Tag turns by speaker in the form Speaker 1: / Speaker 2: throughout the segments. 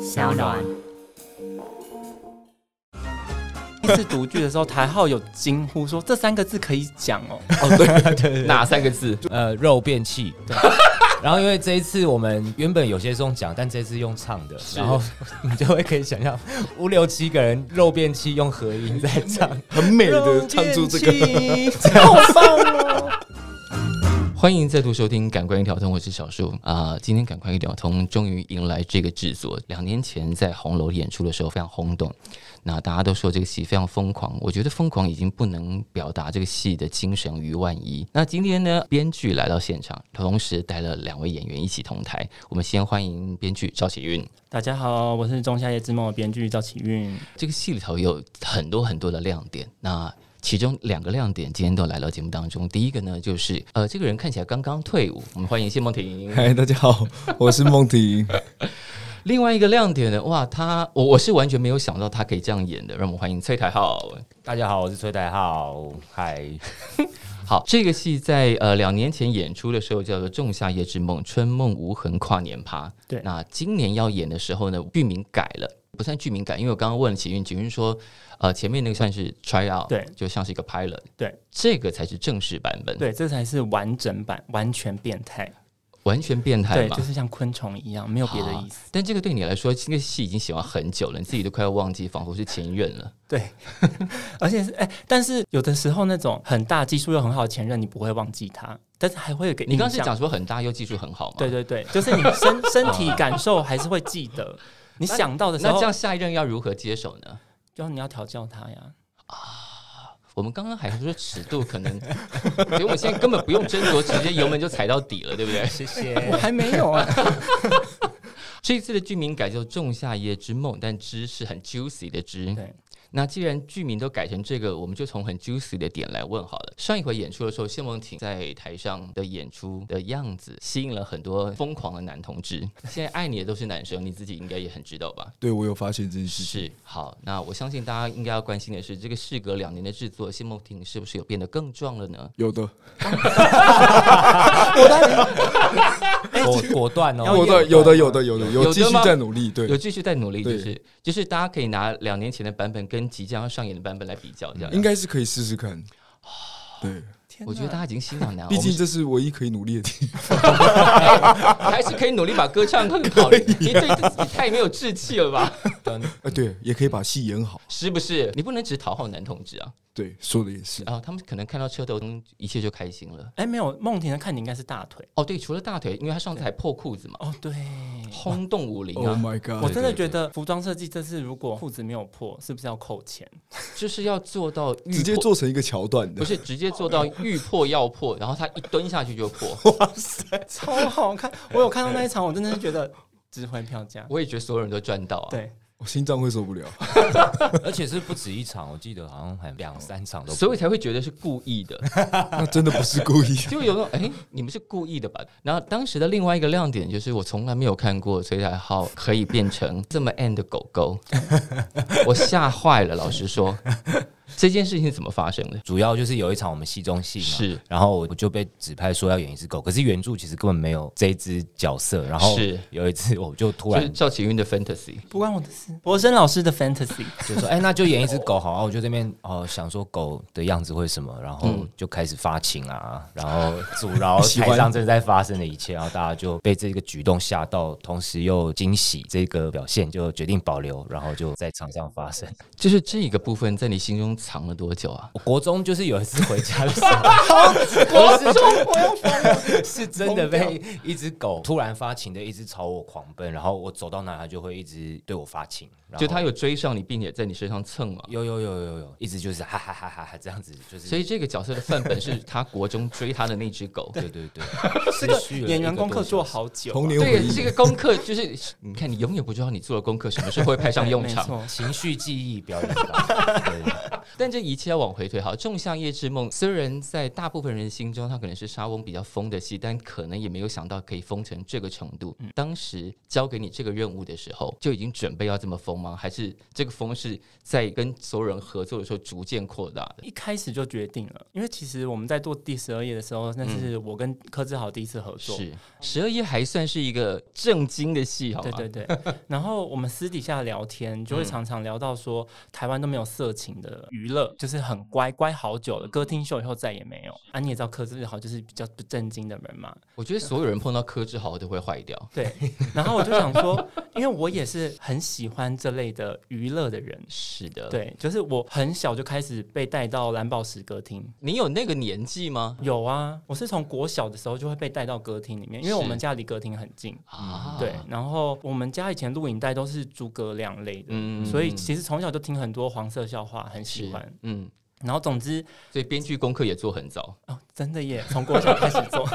Speaker 1: 小暖。
Speaker 2: 第一次读剧的时候，台浩有惊呼说：“这三个字可以讲哦。
Speaker 3: 哦，对，
Speaker 4: 对对对，
Speaker 3: 哪三个字？
Speaker 4: 呃，肉变气。 然后因为这一次我们原本有些是用讲，但这次用唱的，然后你就会可以想象五六七个人肉变气用合音在唱，
Speaker 3: 很美
Speaker 4: 肉
Speaker 3: 的唱出这个。
Speaker 4: 变气好棒哦！
Speaker 5: 欢迎再度收听《感官一条通》，我是小树啊、今天《感官一条通》终于迎来这个制作，两年前在红楼演出的时候非常轰动，那大家都说这个戏非常疯狂，我觉得疯狂已经不能表达这个戏的精神与万一。那今天呢，编剧来到现场，同时带了两位演员一起同台，我们先欢迎编剧赵启运。”
Speaker 2: 大家好，我是《仲夏夜之梦》的编剧赵启运。
Speaker 5: 这个戏里头有很多很多的亮点，那其中两个亮点今天都来到节目当中。第一个呢，就是呃，这个人看起来刚刚退伍，我们欢迎谢梦婷。
Speaker 3: 嗨，哎大家好，我是梦婷。
Speaker 5: 另外一个亮点呢，哇，他我我是完全没有想到他可以这样演的，让我们欢迎崔台浩。
Speaker 4: 大家好，我是崔代浩，嗨，
Speaker 5: 好，这个戏在呃两年前演出的时候叫做《仲夏夜之梦》《春梦无痕跨年趴》。
Speaker 2: 对
Speaker 5: 那今年要演的时候呢，剧名改了，不算剧名改，因为我刚刚问了启运，启运说，呃，前面那个算是 try out，
Speaker 2: 对
Speaker 5: 就像是一个 pilot，
Speaker 2: 对，
Speaker 5: 这个才是正式版本，，
Speaker 2: 对，这才是完整版，完全变态。
Speaker 5: 完全变态
Speaker 2: 对，
Speaker 5: 嘛
Speaker 2: 就。是像昆虫一样，没有别的意思。
Speaker 5: 但这个对你来说，这个戏已经写完很久了，你自己都快要忘记，仿佛是前任了。
Speaker 2: 对， 而且是哎、但是有的时候那种很大技术又很好的前任，你不会忘记他，但是还会有给
Speaker 5: 你刚刚是
Speaker 2: 印象
Speaker 5: 讲说很大又技术很好嘛？
Speaker 2: 对对对，就是你身身体感受还是会记得，你想到的时
Speaker 5: 那
Speaker 2: 候，
Speaker 5: 这样下一任要如何接手呢？
Speaker 2: 就你要调教他呀。
Speaker 5: 我们刚刚还说尺度可能， 所以我们现在根本不用斟酌，直接油门就踩到底了，对不对？
Speaker 4: 谢谢。
Speaker 2: 我还没有啊，
Speaker 5: 这一次的剧名改叫《仲夏夜之梦》，但“之”是很 juicy 的“之
Speaker 2: 对”。
Speaker 5: 那既然剧名都改成这个，我们就从很 juicy 的点来问好了。上一回演出的时候，谢梦婷在台上的演出的样子，吸引了很多疯狂的男同志。现在爱你的都是男生，你自己应该也很知道吧？
Speaker 3: 对我有发现这件事情，
Speaker 5: 是好，那我相信大家应该要关心的是，这个事隔两年的制作，谢梦婷是不是有变得更壮了呢？
Speaker 3: 有的，
Speaker 4: 果果断哦，
Speaker 3: 有的，有的，有的，有的，
Speaker 5: 有的
Speaker 3: 有继续
Speaker 5: 吗
Speaker 3: 在努力。
Speaker 5: 有
Speaker 3: 对，
Speaker 5: 继续在努力，就
Speaker 3: 对
Speaker 5: 是就是大家可以拿两年前的版本跟即将要上演的版本来比较，这样
Speaker 3: 应。该是可以试试看。对，
Speaker 2: 天
Speaker 5: 我觉得大家已经心痒难
Speaker 3: 毕
Speaker 5: 熬，
Speaker 3: 竟这是唯一可以努力的地方。
Speaker 5: 我们还是可以努力把歌唱更好。你对自己太没有志气了吧？
Speaker 3: 啊，对，也可以把戏演好。
Speaker 5: 是不是？你不能只讨好男同志啊！
Speaker 3: 对，说的也是。
Speaker 5: 然后他们可能看到车头灯，一切就开心了。
Speaker 2: 哎、没有，梦婷的看你应该是大腿。
Speaker 5: 哦，对，除了大腿，因为他上次还破裤子嘛，
Speaker 2: 哦，对，
Speaker 5: 轰动武林
Speaker 3: Oh
Speaker 5: 啊，
Speaker 3: my
Speaker 2: 我
Speaker 3: god！
Speaker 2: 真的觉得服装设计这次如果裤子没有破，是不是要扣钱？
Speaker 5: 就是要做到欲
Speaker 3: 直接
Speaker 5: 破
Speaker 3: 做成一个桥段
Speaker 5: 不
Speaker 3: 的，
Speaker 5: 是直接做到欲破要破，然后他一蹲下去就破。
Speaker 2: 超好看！我有看到那一场，我真的是觉得值回票价。
Speaker 5: 我也觉得所有人都赚到啊。，
Speaker 2: 对，
Speaker 3: 我心脏会受不了。
Speaker 4: 而且是不止一场，我记得好像还两三场都。
Speaker 5: 所以才会觉得是故意 的，
Speaker 3: 那真的不是故意。
Speaker 5: 就有种哎、你们是故意的吧？然后当时的另外一个亮点就是，我从来没有看过崔台浩可以变成这么 end 的狗 狗，我吓坏了。老实说，这件事情是怎么发生的？
Speaker 4: 主要就是有一场我们戏中戏嘛，
Speaker 5: 是，
Speaker 4: 然后我就被指派说要演一只狗，可是原著其实根本没有这一只角色，然后
Speaker 5: 是
Speaker 4: 有一次我就突
Speaker 5: 就是
Speaker 4: 然
Speaker 5: 赵启运的 fantasy，
Speaker 2: 不关我的事。博生老师的 fantasy，
Speaker 4: 就说，哎、那就演一只狗好 啊！我就这边哦想说狗的样子会什么，然
Speaker 5: 嗯
Speaker 4: 后就开始发情啊，然后阻挠
Speaker 3: 喜欢
Speaker 4: 台上正在发生的一切，然后 大家就被这个举动吓到，同时又惊喜这个表现，就决定保留，然后就在场上发生。
Speaker 5: 就是这个部分在你心中藏了多久啊？
Speaker 4: 我国中就是有一次回家的时候，我是我要疯了，是真的被一只狗突然发情的一直朝我狂奔，然后我走到哪它就会一直对我发情，然后嗯
Speaker 5: 就他有追上你，并且在你身上蹭嘛。
Speaker 4: 有有有有有，一直就是哈哈哈哈哈这样子，就是
Speaker 5: 所以这个角色的范本是他国中追他的那只狗，
Speaker 4: 对对对，
Speaker 2: 这个
Speaker 4: 持续了
Speaker 2: 演员功课做
Speaker 4: 一个多小时。
Speaker 2: 好久、
Speaker 3: 童
Speaker 2: 啊。
Speaker 3: 年回
Speaker 5: 对，
Speaker 3: 忆
Speaker 5: 这，个功课就是，
Speaker 4: 嗯
Speaker 5: 你看，你永远不知道你做的功课什么时候会派上用
Speaker 2: 对
Speaker 5: 场。
Speaker 2: 没错
Speaker 4: 情绪记忆表演吧，对
Speaker 5: 但这一切要往回推，好，《仲夏夜之梦》虽然在大部分人心中它可能是沙翁比较疯的戏，但可能也没有想到可以疯成这个程度。
Speaker 2: 嗯
Speaker 5: 当时交给你这个任务的时候，就已经准备要这么疯吗？还是这个疯是在跟所有人合作的时候逐渐扩大的？
Speaker 2: 一开始就决定了，因为其实我们在做第十二页的时候，
Speaker 4: 嗯
Speaker 2: 那是我跟柯志豪第一次合作，
Speaker 5: 是十二夜还算是一个正经的戏，好吗？
Speaker 2: 对对对。然后我们私底下聊天，就会常常聊到说，台湾都没有色情的娱乐，就是很乖乖好久了。歌厅秀以后再也没有。啊，你也知道柯志豪就是比较不正经的人嘛，
Speaker 5: 我觉得所有人碰到柯志豪都会坏掉。
Speaker 2: 对。然后我就想说， 因为我也是很喜欢这类的娱乐的人，
Speaker 5: 是的，，
Speaker 2: 对，就是我很小就开始被带到蓝宝石歌厅。
Speaker 5: 你有那个年纪吗？
Speaker 2: 有啊，我是从国小的时候就会被带到歌厅里面，因为
Speaker 5: 是
Speaker 2: 我们家离歌厅很近。
Speaker 5: 啊，
Speaker 2: 对，然后我们家以前录影带都是诸葛亮类的，
Speaker 5: 嗯
Speaker 2: 所以其实从小就听很多黄色笑话，很喜
Speaker 5: 是
Speaker 2: 欢。，
Speaker 5: 嗯，
Speaker 2: 然后总之
Speaker 5: 所以编剧功课也做很早。
Speaker 2: 哦，真的耶，从国小开始做。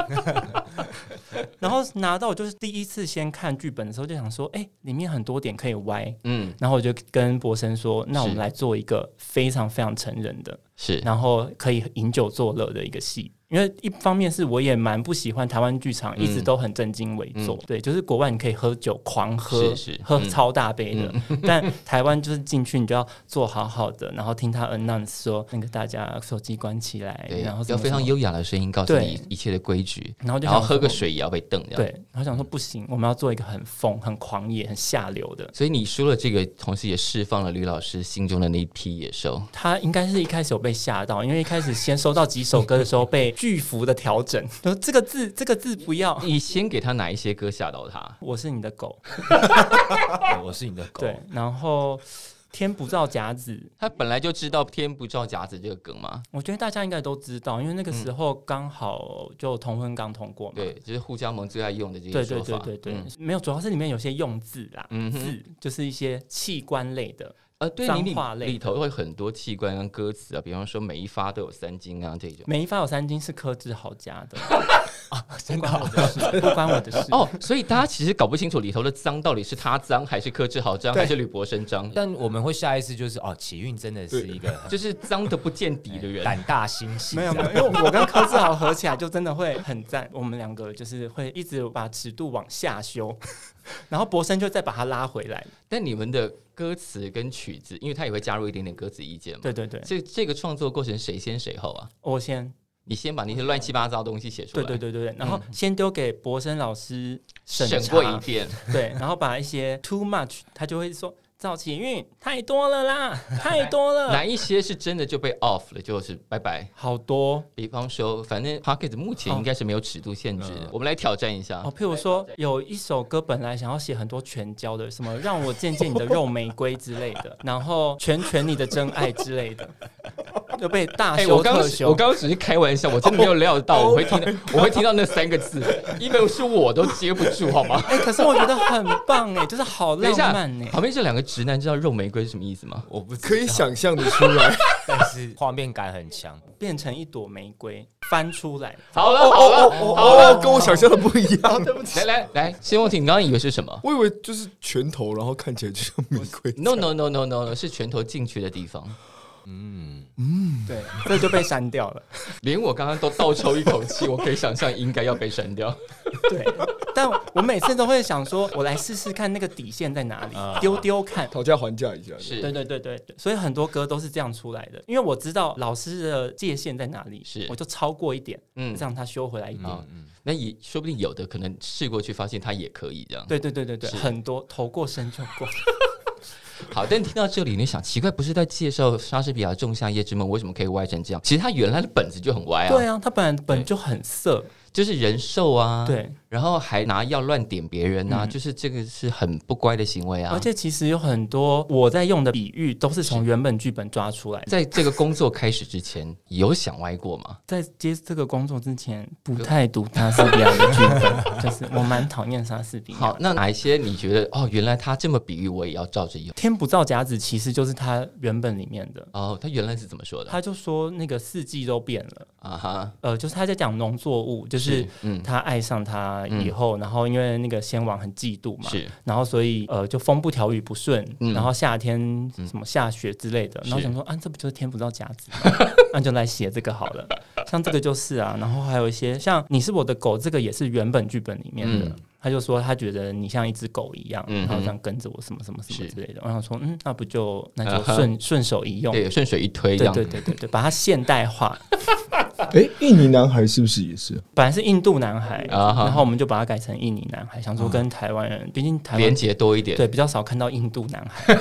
Speaker 2: 然后拿到我就是第一次先看剧本的时候，就想说，哎、里面很多点可以歪。
Speaker 5: 嗯，
Speaker 2: 然后我就跟博生说，那我们
Speaker 5: 是
Speaker 2: 来做一个非常非常成人的，
Speaker 5: 是
Speaker 2: 然后可以饮酒作乐的一个戏。因为一方面是我也蛮不喜欢台湾剧场，
Speaker 5: 嗯
Speaker 2: 一直都很正襟危坐。对，就是国外你可以喝酒狂喝，
Speaker 5: 是是
Speaker 2: 喝
Speaker 5: 嗯
Speaker 2: 超大杯的， 但台湾就是进去你就要坐好好的，然后听他 announce 说那个大家手机关起来，
Speaker 5: 对，
Speaker 2: 然后什
Speaker 5: 要
Speaker 2: 么
Speaker 5: 非常
Speaker 2: 什么
Speaker 5: 优雅的声音告诉
Speaker 2: 对
Speaker 5: 你一切的规矩，
Speaker 2: 然后就
Speaker 5: 然后
Speaker 2: 想
Speaker 5: 喝个
Speaker 2: 说
Speaker 5: 水也要被瞪这样。
Speaker 2: 对，，然后想说不行，我们要做一个很疯、很狂野、很下流的。
Speaker 5: 所以你说了这个，同时也释放了吕老师心中的那一匹野兽。
Speaker 2: 他应该是一开始有被吓到，因为一开始先收到几首歌的时候被巨幅的调整， 就这个字这个字不要，
Speaker 5: 你先给他哪一些歌吓到他？
Speaker 2: 我是你的狗，
Speaker 4: 哦我是你的狗，
Speaker 2: 对，然后天不造甲子，
Speaker 5: 他本来就知道“天不照甲子”这个梗嘛，
Speaker 2: 我觉得大家应该都知道，因为那个时候刚好就同婚刚通过嘛，
Speaker 5: 嗯对，就是互加盟最爱用的这
Speaker 2: 哦对
Speaker 5: 些
Speaker 2: 对
Speaker 5: 说
Speaker 2: 对
Speaker 5: 法。
Speaker 2: 对对，
Speaker 5: 嗯
Speaker 2: 没有，主要是里面有些用字啦，
Speaker 5: 嗯哼
Speaker 2: 字就是一些器官类的，
Speaker 5: 呃，对，
Speaker 2: 脏
Speaker 5: 你
Speaker 2: 话类
Speaker 5: 里
Speaker 2: 的
Speaker 5: 里头会很多器官跟歌词啊，比方说每一发都有三斤啊这种。
Speaker 2: 每一发有三斤是柯志豪加 的，
Speaker 4: 真的哦，
Speaker 2: 不关我的事。
Speaker 5: 哦，所以大家其实搞不清楚里头的脏到底是他脏还是柯志豪脏
Speaker 4: 对
Speaker 5: 还是吕伯生脏，
Speaker 4: 但我们会下意识就是哦，启运真的是一个很
Speaker 5: 就是脏的不见底 的人。
Speaker 4: 胆大心细，
Speaker 2: 没有没有，因为我跟柯志豪合起来就真的会很赞，我们两个就是会一直把尺度往下修， 然后博生就再把它拉回来。
Speaker 5: 但你们的歌词跟曲子，因为他也会加入一点点歌词意见嘛。
Speaker 2: 对对对，
Speaker 5: 这这个创作过程谁先谁后啊？
Speaker 2: 我先，
Speaker 5: 你先把那些乱七八糟的东西写出
Speaker 2: 对
Speaker 5: 来，嗯
Speaker 2: 对对对对，然后先丢给博生老师审
Speaker 5: 审
Speaker 2: 查
Speaker 5: 过一遍，
Speaker 2: 对，然后把一些 too much，他就会说赵启运太多了 啦，太多了，
Speaker 5: 哪一些是真的就被 off 了，就是拜拜。
Speaker 2: 好多
Speaker 5: 比方说，反正 Pocket 目前应该是没有尺度限制的，我们来挑战一下。
Speaker 2: 哦。譬如说，有一首歌本来想要写很多全交的，什么让我见见你的肉玫瑰之类的， 然后全全你的真爱之类 的，就被大
Speaker 5: 哎、
Speaker 2: 修
Speaker 5: 我刚
Speaker 2: 特
Speaker 5: 刚
Speaker 2: 修。
Speaker 5: 我刚刚只是开玩笑，我真的没有料到、我会听到、我会听到那三个字，因为是我都接不住，好吗？
Speaker 2: 哎、可是我觉得很棒哎、就是好
Speaker 5: 等一
Speaker 2: 浪
Speaker 5: 下
Speaker 2: 漫哎、，
Speaker 5: 旁边这两个直男知道肉玫瑰是什么意思吗？
Speaker 4: 我不知道
Speaker 3: 可以，想象的出来。
Speaker 4: 但是画面感很强。
Speaker 2: 变成一朵玫瑰翻出来，
Speaker 5: 好了 好了好了，
Speaker 3: 哦，跟我想象的不一样。对不起，
Speaker 5: 来来来，谢梦婷，你刚刚以为是什么？
Speaker 3: 我以为就是拳头，然后看起来就像玫瑰。
Speaker 5: No no no no no no，是拳头进去的地方，
Speaker 2: 对，这就被删掉了。
Speaker 5: 连我刚刚都倒抽一口气，我可以想象应该要被删掉。
Speaker 2: 对，但我每次都会想说，我来试试看那个底线在哪里，丢丢看。
Speaker 3: 讨价还价一下，
Speaker 2: 对
Speaker 5: 啊是
Speaker 2: 对对对对，所以很多歌都是这样出来的，因为我知道老师的界限在哪里，
Speaker 5: 是
Speaker 2: 我就超过一点，
Speaker 5: 嗯
Speaker 2: 让他修回来一点。
Speaker 5: 啊，那也说不定有的可能试过去发现它也可以这 样。
Speaker 2: 对对对对对，
Speaker 5: 是
Speaker 2: 很多头过身就过，
Speaker 5: 好，但听到这里，你想奇怪，不是在介绍莎士比亚《仲夏夜之梦》为什么可以歪成这样？其实它原来的本子就很歪啊，
Speaker 2: 对啊，他本来本就很色，
Speaker 5: 就是人兽啊，，
Speaker 2: 对，
Speaker 5: 然后还拿药乱点别人啊，就是这个是很不乖的行为啊。
Speaker 2: 而且其实有很多我在用的比喻都是从原本剧本抓出来的。
Speaker 5: 在这个工作开始之前，有想歪过吗？
Speaker 2: 在接这个工作之前，不太读莎士比亚的剧本， 就是我蛮讨厌莎士比亚。
Speaker 5: 好，那哪一些你觉得哦，原来他这么比喻，我也要照着用？
Speaker 2: 天不造甲子其实就是他原本里面的，
Speaker 5: 哦，他原来是怎么说的？
Speaker 2: 他就说那个四季都变了。
Speaker 5: 啊哈，
Speaker 2: 呃，就是他在讲农作物，就是就是
Speaker 5: 是嗯
Speaker 2: 他爱上他以后，然后因为那个先王很嫉妒嘛，
Speaker 5: 是
Speaker 2: 然后所以呃就风不调雨不顺，
Speaker 5: 嗯
Speaker 2: 然后夏天什么下雪之类的，
Speaker 5: 是
Speaker 2: 然后想说啊这不就是天不造甲子 吗，那就来写这个好了。像这个就是啊，然后还有一些像你是我的狗，这个也是原本剧本里面的。
Speaker 5: 嗯
Speaker 2: 他就说他觉得你像一只狗一样，
Speaker 5: 嗯哼
Speaker 2: 然后这样跟着我什么什么什么
Speaker 5: 是
Speaker 2: 之类的。然后说嗯，那不就那
Speaker 5: 啊
Speaker 2: 就
Speaker 5: 哈
Speaker 2: 顺顺手一用，
Speaker 5: 对，顺水一推
Speaker 2: 对
Speaker 5: 这样。
Speaker 2: 对对对对，把它现代 化。
Speaker 3: 哎，印尼男孩是不是也是？
Speaker 2: 本来是印度男孩，
Speaker 5: 啊哈啊
Speaker 2: 然后我们就把它改成印尼男孩，想说跟台湾人，毕竟台
Speaker 5: 连
Speaker 2: 湾
Speaker 5: 接多一点。
Speaker 2: 对比较少看到印度男孩。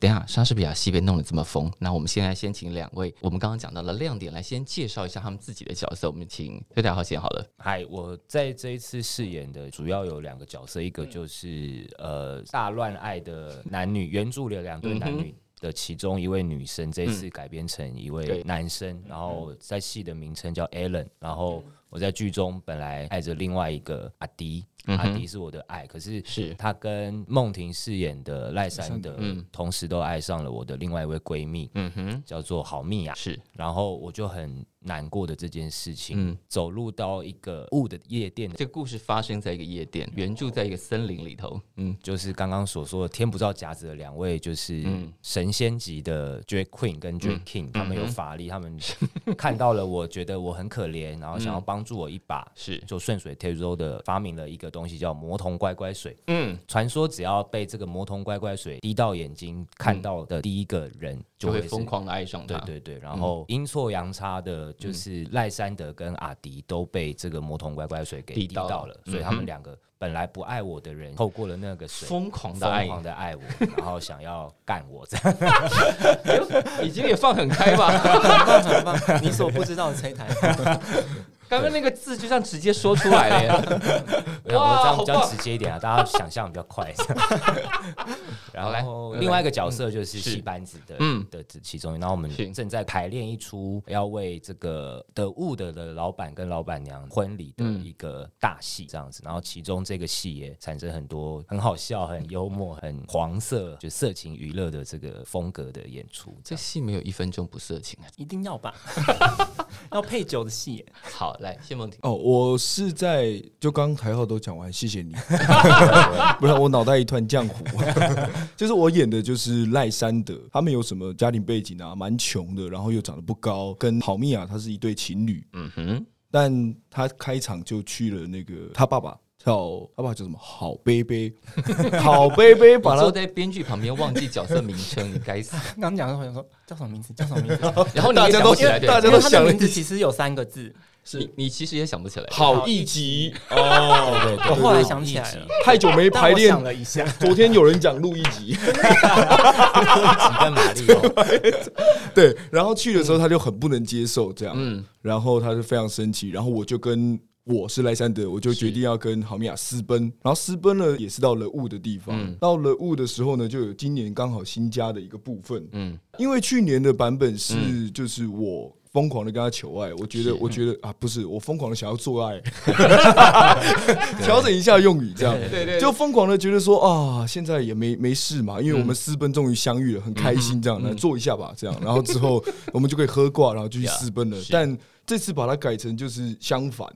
Speaker 5: 等一下莎士比亚戏被弄得这么疯，那我们现在先请两位，我们刚刚讲到了亮点，来先介绍一下他们自己的角色。我们请崔大浩先好了。
Speaker 4: 嗨，我在这一次饰演的主要有两个角色，一
Speaker 5: 嗯
Speaker 4: 个就是呃大乱爱的男女，原著的两对
Speaker 5: 嗯
Speaker 4: 男女。的其中一位女生，这一次改编成
Speaker 5: 对
Speaker 4: 一
Speaker 5: 嗯
Speaker 4: 位男生，然后在戏的名称叫 Alan，然后我在剧中本来爱着另外一个阿迪，
Speaker 5: 嗯
Speaker 4: 阿
Speaker 5: 哼
Speaker 4: 迪是我的爱，可是
Speaker 5: 是
Speaker 4: 他跟梦婷饰演的赖珊德
Speaker 5: 嗯，
Speaker 4: 同时都爱上了我的另外一位闺蜜，
Speaker 5: 嗯哼，
Speaker 4: 叫做好蜜雅，
Speaker 5: 是
Speaker 4: 然后我就很难过的这件事情，
Speaker 5: 嗯，
Speaker 4: 走入到一个雾的夜店，
Speaker 5: 这个故事发生在一个夜店，原著在一个森林里头。嗯，
Speaker 4: 就是刚刚所说的天不造夹子的两位，就是
Speaker 5: 嗯
Speaker 4: 神仙级的 Drag Queen 跟 Drag
Speaker 5: 嗯
Speaker 4: King，、他们有法力，他们看到了我觉得我很可怜，然后想要帮助我一把。
Speaker 5: 是，
Speaker 4: 就顺水推舟的发明了一个东西叫魔童乖乖水，
Speaker 5: 嗯，
Speaker 4: 传说只要被这个魔童乖乖水滴到眼睛看到的第一个人，
Speaker 5: 就会
Speaker 4: 是
Speaker 5: 疯狂的爱上他。
Speaker 4: 对对对，然后阴错阳差的，就是赖山德跟阿迪都被这个魔童乖乖水给
Speaker 5: 滴
Speaker 4: 滴
Speaker 5: 到
Speaker 4: 到
Speaker 5: 了
Speaker 4: 了，所以他们两个本来不爱我的人，透过了那个水。
Speaker 5: 疯狂的
Speaker 4: 疯
Speaker 5: 爱，
Speaker 4: 狂的 爱我，然后想要干我，这样
Speaker 5: 已经也放很开吧？
Speaker 2: 很棒很棒， 你所不知道的崔台湾，
Speaker 5: 刚刚那个字就像直接说出来了耶。
Speaker 4: 我想
Speaker 5: 哇
Speaker 4: 我这样
Speaker 5: 好
Speaker 4: 比较
Speaker 5: 棒
Speaker 4: 直接一点啊，大家想象比较 快。然后另外一个角色就是戏班子的，
Speaker 5: 嗯
Speaker 4: 嗯的这其中一，然后我们
Speaker 5: 是
Speaker 4: 正在排练一出要为这个的物的的老板跟老板娘婚礼的
Speaker 5: 嗯
Speaker 4: 一个大戏这样子，然后其中这个戏也产生很多很好笑、很幽默、很黄色就色情娱乐的这个风格的演出这
Speaker 5: 这
Speaker 4: 样。
Speaker 5: 戏没有一分钟不色情啊！
Speaker 2: 一定要吧， 要配酒的戏耶。
Speaker 5: 好，来谢梦婷，
Speaker 3: 哦，我是在就刚刚台号都讲完，谢 谢你，不然我脑袋一团浆糊。 就是我演的就是赖山德，他们有什么家庭背景啊？蛮穷的，然后又长得不高，跟郝蜜雅她是一对情侣，
Speaker 5: 嗯哼，
Speaker 3: 但他开场就去了那个他爸爸叫他爸爸叫什么好贝贝，好贝贝把
Speaker 5: 你
Speaker 3: 他
Speaker 5: 坐在编剧旁边忘记角色名称，你 该死！
Speaker 2: 刚刚讲的时候想说叫什么名字，叫什么 名字，
Speaker 5: 然后你
Speaker 3: 大
Speaker 5: 也
Speaker 3: 家
Speaker 5: 想
Speaker 3: 都
Speaker 5: 不起来，对
Speaker 3: 大家
Speaker 2: 因为
Speaker 3: 都
Speaker 2: 他的
Speaker 3: 想了
Speaker 2: 名
Speaker 3: 一
Speaker 2: 字
Speaker 3: 集
Speaker 2: 其实有三个字，
Speaker 5: 你你其实也想不起来。
Speaker 3: 好 一集
Speaker 4: 对
Speaker 3: 哦，
Speaker 4: 对对
Speaker 2: 我后来想起来了，
Speaker 3: 太久没
Speaker 2: 但
Speaker 3: 排
Speaker 2: 我
Speaker 3: 练
Speaker 2: 想，了一下，
Speaker 3: 昨天有人讲录一集，
Speaker 4: 几跟玛 丽哦，
Speaker 3: 对，然后去的时候他就很不能接受这样，
Speaker 5: 嗯，
Speaker 3: 然后他就非常生气，然后我就跟我是赖山德，我就决定要跟郝米娅私奔，然后私奔了也是到了雾的地方，
Speaker 5: 嗯
Speaker 3: 到了雾的时候呢，就有今年刚好新加的一个部分，
Speaker 5: 嗯，
Speaker 3: 因为去年的版本是就是我。疯狂的跟他求爱，我觉得，我觉得啊，不是，我疯狂的想要做爱， 调整一下用语，这样，
Speaker 5: 对对
Speaker 3: 就疯狂的觉得说啊，现在也没没事嘛，因为我
Speaker 5: 嗯
Speaker 3: 们私奔终于相遇了，很开心，这样来做一下吧，这样，然后之后我们就可以喝挂，然后 就去私奔了。但这次把它改成就是相反，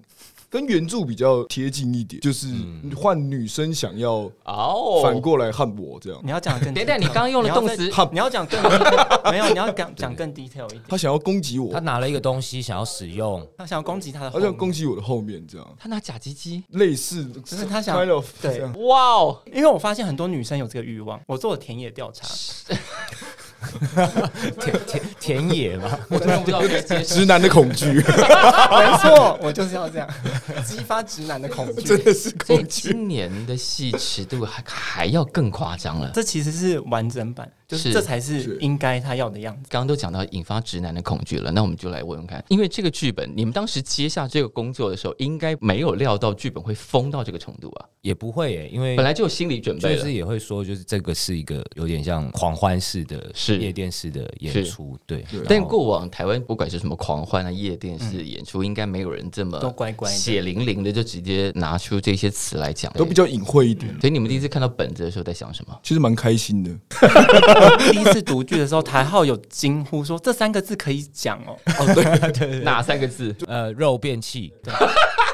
Speaker 3: 跟原著比较贴近一点，就是
Speaker 5: 嗯
Speaker 3: 换女生想要
Speaker 5: 哦，
Speaker 3: 反过来和我这样，
Speaker 2: 你要讲得更，
Speaker 5: 等等，你刚刚用了动词
Speaker 2: 你，要再你要讲更 没有，你要讲讲更 detail 一点。
Speaker 3: 她想要攻击
Speaker 4: 他
Speaker 3: 我，
Speaker 4: 拿了一个东西想要使用，
Speaker 2: 他想要攻击他的后
Speaker 3: 她
Speaker 2: 面，
Speaker 3: 想攻击我的后面这样，
Speaker 5: 他拿假鸡鸡，
Speaker 3: 类似，
Speaker 2: 只是她想
Speaker 3: kind of
Speaker 2: 对
Speaker 3: 这样
Speaker 5: 哇哦，
Speaker 2: 因为我发现很多女生有这个欲望，我做了田野调查，
Speaker 4: 田田田野嘛，
Speaker 5: 我真的不知道该接 什
Speaker 3: 直男的恐 惧，
Speaker 2: 没错，我就是要这样 激发直男的恐惧。
Speaker 3: 真的是
Speaker 5: 所以
Speaker 3: 恐惧。
Speaker 5: 今年的戏尺度还还要更夸张了。
Speaker 2: 这其实是完整版，就是
Speaker 5: 是
Speaker 2: 这才是
Speaker 3: 是
Speaker 2: 应该他要的样子。
Speaker 5: 刚刚都讲到引发直男的恐惧了，那我们就来问问看，因为这个剧本，你们当时接下这个工作的时候，应该没有料到剧本会疯到这个程度啊，
Speaker 4: 也不会耶，因为
Speaker 5: 本来就有心理准备
Speaker 4: 就
Speaker 5: 了
Speaker 4: 是。也会说，就是这个是一个有点像狂欢式的、
Speaker 5: 是
Speaker 4: 夜店式的演出，对。
Speaker 3: 啊
Speaker 4: 然后
Speaker 5: 但过往台湾不管是什么狂欢啊、夜店式演出，应该没有人这么
Speaker 2: 都乖乖的
Speaker 5: 血淋淋的就直接拿出这些词来讲，哎
Speaker 3: 都比较隐晦一点，
Speaker 5: 所以你们第一次看到本子的时候在想什么？
Speaker 3: 其实蛮开心的。
Speaker 2: 第一次读剧的时候，台浩有惊呼 说：“这三个字可以讲哦。
Speaker 5: 哪三个字？
Speaker 4: 呃，肉便器，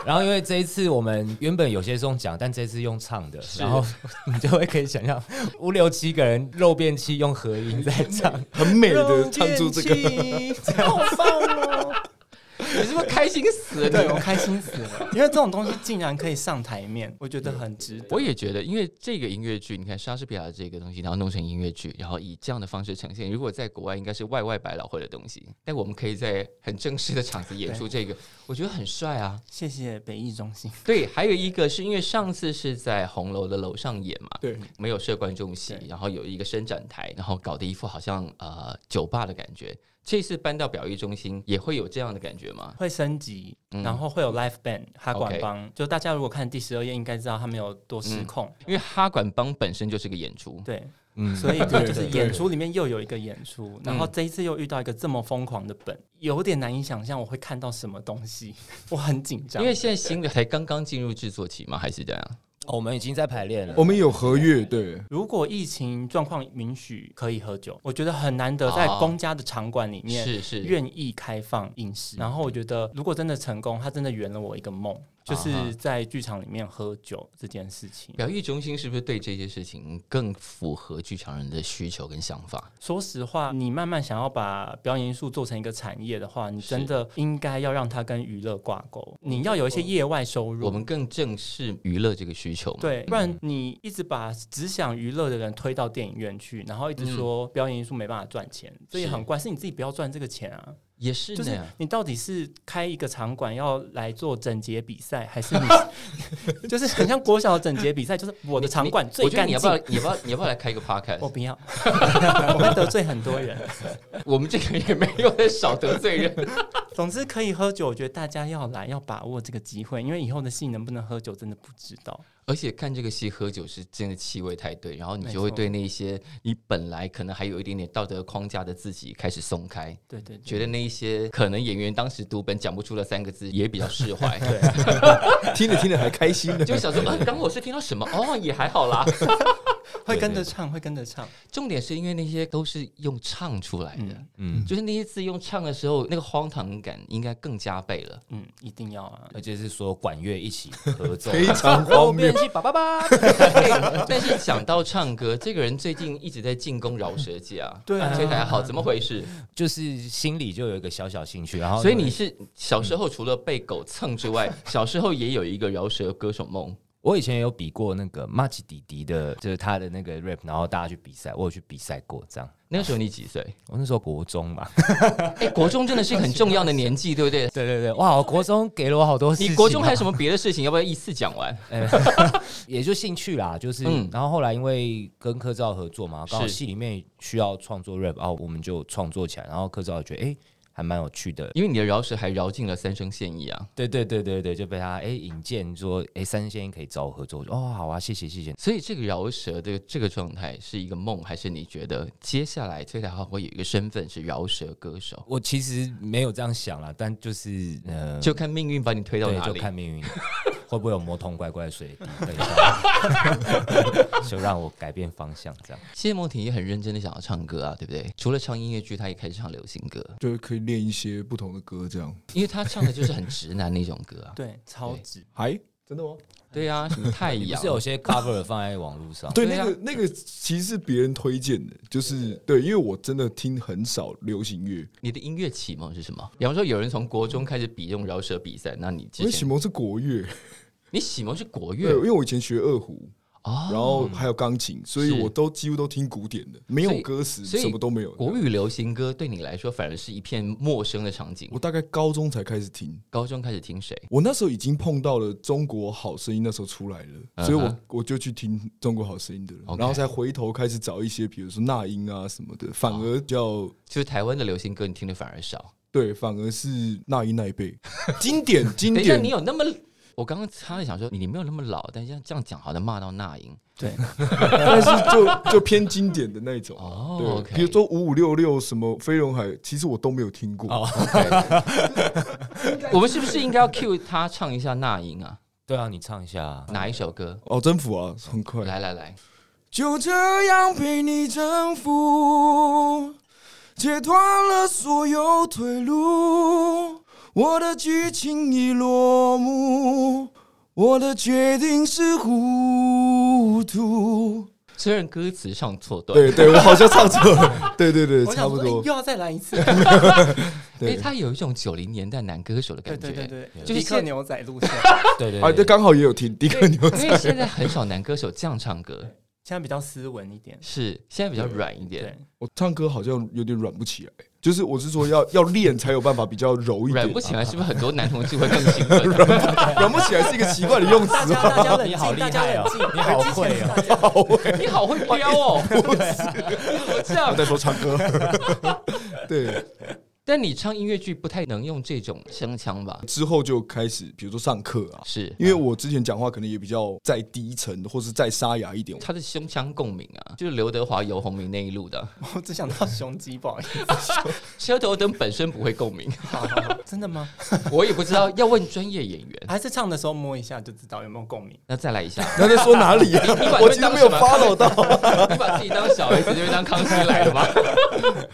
Speaker 4: 然后因为这一次我们原本有些是用讲，但这次用唱的，然后你就会可以想象五六七个人肉变器用合音在 唱，
Speaker 3: 很美的唱出 这个。
Speaker 2: 个，好棒哦！
Speaker 5: 你是不是开心死了？
Speaker 2: 对我开心死了，因为这种东西竟然可以上台面，我觉得很值得。
Speaker 5: 我也觉得，因为这个音乐剧，你看莎士比亚这个东西，然后弄成音乐剧，然后以这样的方式呈现，如果在国外应该是外外百老汇的东西，但我们可以在很正式的场子演出这个，我觉得很帅啊。
Speaker 2: 谢谢北艺中心，
Speaker 5: 对，还有一个是因为上次是在红楼的楼上演嘛，
Speaker 3: 对，
Speaker 5: 没有设观众席，然后有一个伸展台，然后搞得一副好像呃酒吧的感觉。这次搬到表艺中心也会有这样的感觉吗？
Speaker 2: 会升级，
Speaker 5: 嗯
Speaker 2: 然后会有 l i f e band 哈管
Speaker 5: OK
Speaker 2: 帮，就大家如果看第十二页，应该知道他们有多失控。
Speaker 5: 因为哈管帮本身就是个演出，
Speaker 2: 对，
Speaker 4: 嗯，
Speaker 2: 所以
Speaker 3: 对
Speaker 2: 就是
Speaker 3: 对
Speaker 2: 演出里面又有一个演出，然后这一次又遇到一个这么疯狂的本，有点难以想象我会看到什么东西，我很紧张。
Speaker 5: 因为现在新的才刚刚进入制作期吗？还是这样？
Speaker 4: 哦我们已经在排练了
Speaker 3: 我。们有合约，对，
Speaker 2: 如果疫情状况允许可以喝酒，我觉得很难得在
Speaker 5: 哦
Speaker 2: 公家的场馆里面
Speaker 5: 是嗯是，
Speaker 2: 愿意开放饮食。然后我觉得，如果真的成功，它真的圆了我一个梦，就
Speaker 5: 啊哈
Speaker 2: 是在剧场里面喝酒这件事情。
Speaker 5: 表意中心是不是对这些事情更符合剧场人的需求跟想法？
Speaker 2: 说实话，你慢慢想要把表演艺术做成一个产业的话，你
Speaker 5: 是嗯
Speaker 2: 真的应该要让它跟娱乐挂钩，你要有一些业外收入。
Speaker 5: 我们更正视娱乐这个需求嘛。
Speaker 2: 对，不然你一直把只想娱乐的人推到电影院去，然后一直说表演艺术没办法赚钱，这也
Speaker 5: 嗯是
Speaker 2: 很怪，是你自己不要赚这个钱啊。
Speaker 5: 也是
Speaker 2: 就
Speaker 5: 那
Speaker 2: 是
Speaker 5: 样。
Speaker 2: 你到底是开一个场馆要来做整洁比赛，还是你就是很像国小的整洁比赛？就是我的场馆最
Speaker 5: 我觉得
Speaker 2: 干
Speaker 5: 你
Speaker 2: 净
Speaker 5: 要不。要，你要不要，你要不要来开一个
Speaker 2: 我
Speaker 5: podcast？
Speaker 2: 不要， 我会得罪很多人。
Speaker 5: 我们这个也没有在少得罪人。
Speaker 2: 总之可以喝酒，我觉得大家要来，要把握这个机会，因为以后的戏能不能喝酒真的不知道。
Speaker 5: 而且看这个戏喝酒是真的气味太对，然后你就会
Speaker 2: 没错
Speaker 5: 对那些你本来可能还有一点点道德框架的自己开始松开，
Speaker 2: 对对对，
Speaker 5: 觉得那一些可能演员当时读本讲不出的三个字也比较释怀。
Speaker 2: 对，
Speaker 3: 听着听着还开心呢。
Speaker 5: 就 想说，啊，刚刚我是听到什么？哦，也还好啦。
Speaker 2: 会跟着唱，会跟着唱。
Speaker 5: 重点是因为那些都是用唱出来的，
Speaker 2: 嗯
Speaker 4: 嗯，
Speaker 5: 就是那些字用唱的时候，那个荒唐感应该更加倍 了。
Speaker 2: 嗯，一定要啊！
Speaker 4: 而且是所有管乐一起合奏，啊
Speaker 3: 非常 荒谬
Speaker 4: 变器叭叭叭，
Speaker 5: 对但是讲到唱歌，这个人最近一直在进攻饶舌界啊，
Speaker 2: 对啊
Speaker 5: 这还好，怎么回事？
Speaker 4: 就是心里就有一个小小兴趣，然后
Speaker 5: 所以你是小时候除了被狗蹭之 外，小时候也有一个饶舌歌手梦。
Speaker 4: 我以前有比过那个马奇弟弟的，就是他的那个 rap，然后大家去比赛，我有去比赛过这样。
Speaker 5: 那个时候你几 岁？
Speaker 4: 我那时候国 中嘛，
Speaker 5: 哎，国中真的是很重要的年纪，对不 对？
Speaker 4: 对对对，哇，我国中给了我好多事情、啊
Speaker 5: 你国中还有什么别的事情？要不要一次讲完？
Speaker 4: 也就兴趣啦，就是，
Speaker 5: 嗯
Speaker 4: 然后后来因为跟柯照合作嘛，刚好
Speaker 5: 是
Speaker 4: 戏里面需要创作 rap，然后我啊们就创作起来，然后柯照也觉得哎、诶还蛮有趣的，
Speaker 5: 因为你的饶舌还饶进了三生现役啊。
Speaker 4: 对对对对对，就被他哎、诶引荐说哎、诶三仙可以找我合作，我说哦好啊，谢谢谢谢，
Speaker 5: 所以这个饶舌的这个状态是一个梦，还是你觉得接下来崔台浩会有一个身份是饶舌歌手？
Speaker 4: 我其实没有这样想啦，但就是呃，
Speaker 5: 就看命运把你推到
Speaker 4: 对，
Speaker 5: 哪
Speaker 4: 就
Speaker 5: 里。
Speaker 4: 看命运会不会有魔童乖乖水滴，等一下 就让我改变方向这样。
Speaker 5: 谢梦婷也很认真的想要唱歌啊，对不对？除了唱音乐剧，她也开始唱流行歌，
Speaker 3: 就可以练一些不同的歌，这样
Speaker 5: 因为她唱的就是很直男那种歌啊。
Speaker 2: 对，超值。
Speaker 3: 还真的吗？
Speaker 5: 对 啊，什么太
Speaker 4: 也
Speaker 5: 阳
Speaker 4: 是，有些 cover 放在网络上，
Speaker 3: 对，
Speaker 5: 对
Speaker 3: 那
Speaker 5: 啊
Speaker 3: 个那个其实是别人推荐的，就是对，因为我真的听很少流行乐，
Speaker 5: 你的音乐启蒙是什么？比方说有人从国中开始比这种饶舌比赛，那你
Speaker 3: 因
Speaker 5: 之
Speaker 3: 为启
Speaker 5: 前
Speaker 3: 蒙是国乐，
Speaker 5: 你启蒙是国
Speaker 3: 对，
Speaker 5: 乐
Speaker 3: 因为我以前学二胡，
Speaker 5: 哦，
Speaker 3: 然后还有钢琴，所以我都几乎都听古典的，没有歌词，
Speaker 5: 所以
Speaker 3: 什么都没有。
Speaker 5: 国语流行歌对你来说反而是一片陌生的场景
Speaker 3: 我。大概高中才开始听，
Speaker 5: 高中开始听谁？
Speaker 3: 我那时候已经碰到了《中国好声音》，那时候出来了，所以
Speaker 5: 嗯
Speaker 3: 我
Speaker 5: 哼
Speaker 3: 我就去听《中国好声音》的了，
Speaker 5: OK
Speaker 3: 然后才回头开始找一些，比如说那英啊什么的，反而叫
Speaker 5: 就是台湾的流行歌，你听的反而少。
Speaker 3: 对，反而是那英那一 辈经典经
Speaker 5: 等一下，
Speaker 3: 典
Speaker 5: 你。有那么？我刚刚差点想说你没有那么老，但像这样讲好像骂到那英
Speaker 2: 对，
Speaker 3: 但是就就偏经典的那一种。
Speaker 5: 哦
Speaker 3: 对，
Speaker 5: OK
Speaker 3: 比如说五五六六什么飞轮海，其实我都没有听过。
Speaker 5: 哦我们是不是应该要 cue 他唱一下那英啊？
Speaker 4: 对啊，你唱一下 啊、
Speaker 5: 哪一首歌？
Speaker 3: 哦，征服啊，很快。
Speaker 5: 来来来，
Speaker 3: 就这样被你征服，切断了所有退路。我的剧情已落幕，我的决定是糊涂。
Speaker 5: 虽然歌词唱错段，
Speaker 3: 对对，我好像唱错 了。对对对，
Speaker 2: 我
Speaker 3: 差
Speaker 2: 想
Speaker 3: 不
Speaker 2: 说，哎
Speaker 3: 多
Speaker 2: 又。要再来一次，
Speaker 5: 因为
Speaker 3: 对
Speaker 5: 他有一种九零年代男歌手的
Speaker 2: 对
Speaker 5: 感觉，
Speaker 2: 对对对，
Speaker 5: 就是
Speaker 2: 迪克
Speaker 5: 现
Speaker 2: 牛仔路线，
Speaker 4: 对对
Speaker 3: 啊，这
Speaker 4: 对，
Speaker 3: 刚好也有听迪克牛
Speaker 5: 因
Speaker 3: 仔。
Speaker 5: 为现在很少男歌手这样唱歌，
Speaker 2: 现在比较斯文一点，
Speaker 5: 是现在比较软一点，
Speaker 2: 对，
Speaker 3: 我唱歌好像有点软不起来，就是我是说要 要练才有办法比较柔一点
Speaker 5: 软。不起来是不是很多男同志会更兴 奋？
Speaker 3: 软不起来是一个奇怪的用词
Speaker 2: 大家
Speaker 3: 啊。
Speaker 2: 大家冷
Speaker 4: 你好
Speaker 2: 静，
Speaker 4: 厉
Speaker 2: 大家
Speaker 4: 害
Speaker 2: 冷
Speaker 4: 哦
Speaker 2: 静，
Speaker 4: 你好会哦
Speaker 2: 大家冷静
Speaker 5: 你好会撩哦，你怎么这
Speaker 3: 我
Speaker 5: 样？
Speaker 3: 在说唱歌，对，
Speaker 5: 但你唱音乐剧不太能用这种声腔吧？
Speaker 3: 之后就开始，比如说上课啊，
Speaker 5: 是
Speaker 3: 因为我之前讲话可能也比较再低沉，或是再沙哑一 点。
Speaker 5: 他的胸腔共鸣啊，就是刘德华、游鸿明那一路的。
Speaker 2: 我只 想到胸肌，不好意思，
Speaker 5: 车头灯本身不会 共鸣，
Speaker 2: 好好好真的吗？
Speaker 5: 我也不知道，要问专业演员。
Speaker 2: 还是唱的时候摸一下就知道有没有共鸣。
Speaker 5: 那再来一下，
Speaker 3: 他在说哪里 啊
Speaker 5: 你把？
Speaker 3: 我其实没有 follow 到。
Speaker 5: 你把自己当小 S，就当康熙来了吗？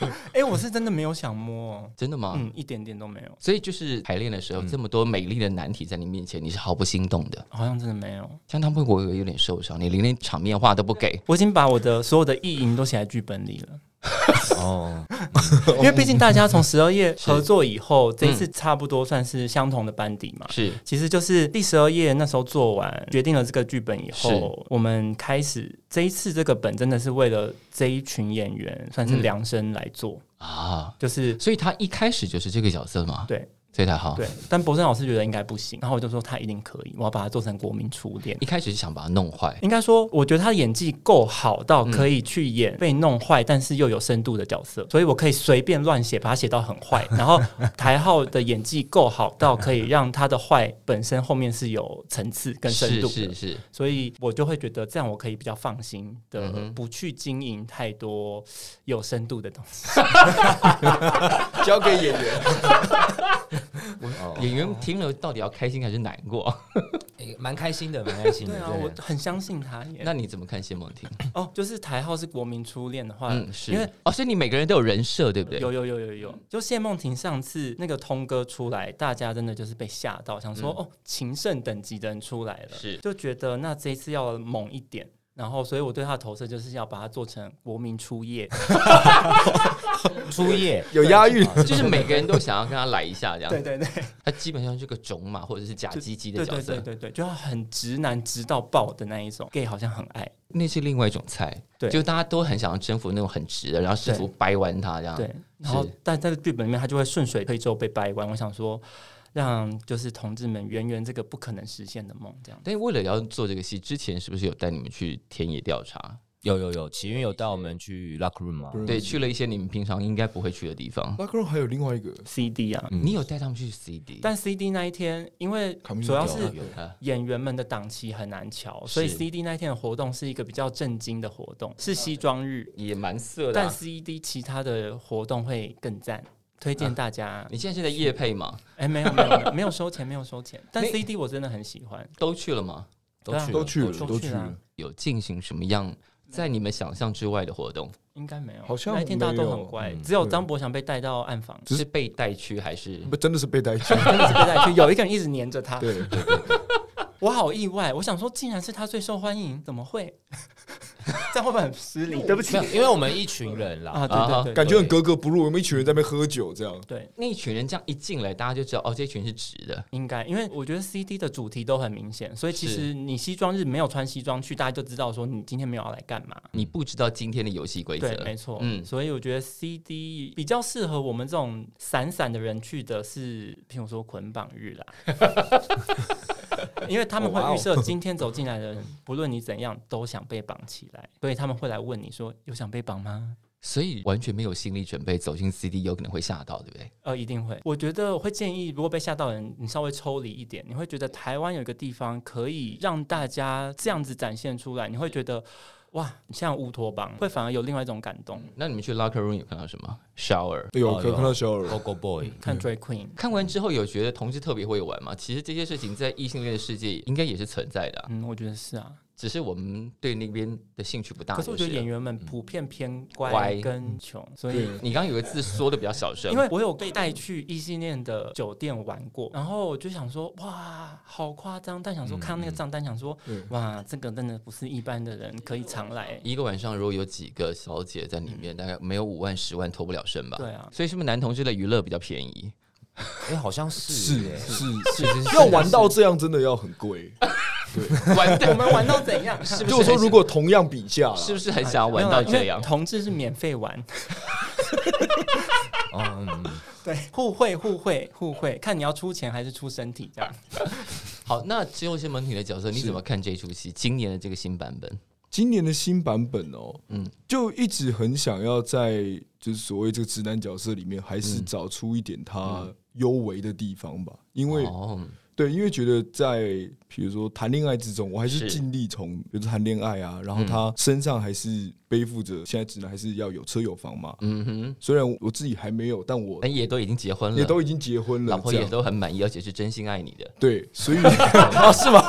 Speaker 3: 嗯
Speaker 2: 哎，我是真的没有想摸哦，
Speaker 5: 真的吗？
Speaker 2: 嗯，一点点都没有，
Speaker 5: 所以就是排练的时候，
Speaker 3: 嗯
Speaker 5: 这么多美丽的难题在你面前，你是毫不心动的。
Speaker 2: 好像真的没有。
Speaker 5: 像他们，我有点受伤，你连那场面话都不给。
Speaker 2: 我已经把我的所有的意淫都写在剧本里 了，
Speaker 4: 哦，
Speaker 2: 因为毕竟大家从十二 夜合作以后，这一次差不多算是相同的班底嘛。
Speaker 5: 是
Speaker 2: 其实就是第十二页那时候做完，决定了这个剧本以后
Speaker 5: 是，
Speaker 2: 我们开始这一次这个本真的是为了这一群演员算是量身来做，
Speaker 5: 啊，
Speaker 2: 就是
Speaker 5: 所以他一开始就是这个角色嘛，
Speaker 2: 对
Speaker 5: 所以才好。
Speaker 2: 对。但博正老师觉得应该不行，然后我就说他一定可以，我要把它做成国民初恋。
Speaker 5: 一开始是想把他弄坏，
Speaker 2: 应该说，我觉得他演技够好到
Speaker 5: 嗯
Speaker 2: 可以去演被弄坏，但是又有深度的角色，所以我可以随便乱写，把它写到很坏。然后台浩的演技够好到可以让他的坏本身后面是有层次跟深
Speaker 5: 是
Speaker 2: 度的，
Speaker 5: 是是，
Speaker 2: 所以我就会觉得这样我可以比较放心的
Speaker 5: 嗯，哼
Speaker 2: 不去经营太多有深度的东西。
Speaker 3: 交给演员，
Speaker 2: 哦
Speaker 5: 演员听了到底要开心还是难 过？
Speaker 4: 诶蛮开心的，蛮开心的。
Speaker 2: 对啊，我很相信他耶。
Speaker 5: 那你怎么看谢梦婷？
Speaker 2: 哦，就是台浩是国民初恋的话，
Speaker 5: 嗯，是，
Speaker 2: 啊因为
Speaker 5: 哦，所以你每个人都有人设，对不嗯对？
Speaker 2: 有有有有有，就谢梦婷上次那个通歌出来，大家真的就是被吓到，想说、哦，情圣等级的人出来了，
Speaker 5: 嗯是
Speaker 2: 就觉得那这一次要猛一点。然后，所以我对他的投射就是要把它做成国民初夜，
Speaker 4: 初夜
Speaker 3: 有押 韵。
Speaker 5: 就是每个人都想要跟他来一 下这 样。
Speaker 2: 对对对，
Speaker 5: 他基本上是个种马或者是假鸡鸡的
Speaker 2: 对
Speaker 5: 角
Speaker 2: 对
Speaker 5: 色
Speaker 2: 对，对对，就要很直男直到爆的那一种，gay 好像很爱，
Speaker 5: 那是另外一种菜。
Speaker 2: 对
Speaker 5: 就大家都很想要征服那种很直的，然后试图掰弯他这样。
Speaker 2: 对，然后但在剧本里面他就会顺水推舟被掰弯，我想说让就是同志们圆圆这个不可能实现的梦，这样
Speaker 5: 但是为了要做这个戏，之前是不是有带你们去田野调查？
Speaker 4: 有有有，起源有带我们去 lock room 吗？
Speaker 2: 嗯
Speaker 5: 对，去了一些你们平常应该不会去的地方。
Speaker 3: 拉克隆还有另外一个
Speaker 2: CD 啊，
Speaker 5: 你有带他们去 CD，
Speaker 2: 但 CD 那一天因为
Speaker 3: 卡米
Speaker 2: 主要
Speaker 3: 诺
Speaker 2: 是
Speaker 5: 有啊
Speaker 2: 演员们的档期很难瞧，所以
Speaker 5: 是
Speaker 2: CD 那天的活动是一个比较震惊的活动，是西装日，
Speaker 5: 也蛮色的啊、
Speaker 2: 但 CD 其他的活动会更赞。推荐大家，
Speaker 5: 你现在是在夜配吗？
Speaker 2: 哎、没有没有没有没有收钱，没有收钱。但
Speaker 5: 那
Speaker 2: CD 我真的很喜欢，
Speaker 5: 都去了吗？
Speaker 4: 都去
Speaker 2: 对啊
Speaker 4: 了
Speaker 3: 都去了，嗯
Speaker 2: 都
Speaker 3: 都
Speaker 2: 去
Speaker 3: 去
Speaker 2: 了
Speaker 3: 了。
Speaker 5: 有进行什么样在你们想象之外的活动？
Speaker 2: 应该没有。
Speaker 3: 好像
Speaker 2: 那一天大家都很乖，
Speaker 4: 没有嗯
Speaker 2: 只有张博翔被带到暗房，
Speaker 3: 只
Speaker 5: 是
Speaker 3: 是
Speaker 5: 被带去还是？
Speaker 3: 不，真的是被带 去。
Speaker 2: 真的是被带去，有一个人一直黏着他，
Speaker 3: 对，
Speaker 2: 我好意外，我想说竟然是他最受欢迎，怎么会？ 这样会不会很失礼？对不起
Speaker 4: 没有，因为我们一群人啦
Speaker 2: 啊，，对对对
Speaker 3: 感觉很格格不入。我们一群人在那边喝酒，这样
Speaker 2: 对，
Speaker 5: 那一群人这样一进来，大家就知道哦，这群是直的。
Speaker 2: 应该，因为我觉得 CD 的主题都很明显，所以其
Speaker 5: 是
Speaker 2: 实你西装日没有穿西装去，大家就知道说你今天没有要来干嘛。
Speaker 5: 你不知道今天的游戏规
Speaker 2: 对，
Speaker 5: 则，
Speaker 2: 没错，嗯，
Speaker 5: 嗯
Speaker 2: 所以我觉得 CD 比较适合我们这种散散的人去的是，譬如说捆绑日啦， 因为他
Speaker 5: 哦
Speaker 2: 们会预设今天走进来的人，不论你怎样都想被绑起来，所以他们会来问你说有想被绑吗？
Speaker 5: 所以完全没有心理准备走进 CD，有可能会吓到，对不对？
Speaker 2: 呃，一定会。我觉得我会建议，如果被吓到的人，你稍微抽离一点，你会觉得台湾有一个地方可以让大家这样子展现出来，你会觉得哇，你像乌托邦，会反而有另外一种感动。
Speaker 5: 那你们去 locker room 有看到什么？shower？
Speaker 3: 有
Speaker 4: 哦
Speaker 3: 哎可
Speaker 4: 有
Speaker 3: 看到小
Speaker 4: ，Go
Speaker 3: 耳。
Speaker 4: Go Boy，
Speaker 5: 嗯
Speaker 2: 看 Drag Queen，
Speaker 5: 看完之后有觉得同志特别会玩吗？其实这些事情在异性恋的世界应该也是存在的啊、
Speaker 2: 嗯，我觉得是啊，
Speaker 5: 只是我们对那边的兴趣不大。
Speaker 2: 可是我觉得
Speaker 5: 就
Speaker 2: 演
Speaker 5: 了
Speaker 2: 员们普遍偏乖
Speaker 5: 嗯乖
Speaker 2: 跟穷，所以
Speaker 3: 对，
Speaker 5: 你刚刚有个字说的比较小声，
Speaker 2: 因为我有被带去异性恋的酒店玩过，然后我就想说，哇，好夸张！但
Speaker 5: 嗯
Speaker 2: 想说看到那个账单，想说
Speaker 3: 嗯，
Speaker 2: 哇，这个真的不是一般的人可以常来。
Speaker 5: 一个晚上如果有几个小姐在里面，大概没有五万十万脱不了身吧。
Speaker 2: 对啊
Speaker 5: 所以是不是男同志的娱乐比较便宜？
Speaker 4: 哎，好像
Speaker 3: 是
Speaker 4: 是 哎
Speaker 3: 是
Speaker 4: 是是是
Speaker 3: 要玩到这样真的要很贵。
Speaker 5: 玩
Speaker 2: 我们玩到怎样？
Speaker 5: 是不 是
Speaker 3: 就我说，
Speaker 5: 很
Speaker 3: 如果同样比价啦，
Speaker 5: 是不是很想
Speaker 2: 哎
Speaker 5: 要
Speaker 2: 没
Speaker 5: 玩
Speaker 2: 有啦啊
Speaker 5: 到
Speaker 2: 因为
Speaker 5: 这样？
Speaker 2: 同志是免费 玩，
Speaker 5: 哦
Speaker 4: 嗯嗯嗯
Speaker 2: 对，互惠互惠互惠，看你要出钱还是出身体这样。
Speaker 5: 好，那只有些门体的角色，你
Speaker 3: 是
Speaker 5: 怎么看这出戏？今年的这个新版本，
Speaker 3: 今年的新版本哦，
Speaker 5: 嗯
Speaker 3: 嗯，就一直很想要在就是所谓这个直男角色里面，还是找出一点他优为的地方吧。因为、
Speaker 5: 哦，
Speaker 3: 对，因为觉得在比如说谈恋爱之中，我还是
Speaker 5: 是
Speaker 3: 尽力从比如说谈恋爱啊，然后他身上还是背负着现在直男还是要有车有房嘛。
Speaker 5: 嗯哼，
Speaker 3: 虽然我自己还没有，但我
Speaker 5: 那也都已经结婚了，
Speaker 3: 也都已经结婚
Speaker 5: 老
Speaker 3: 了，
Speaker 5: 婆
Speaker 3: 这
Speaker 5: 也
Speaker 3: 样
Speaker 5: 都很满意，而且是真心爱你 的，
Speaker 3: 对，所以 啊是吗？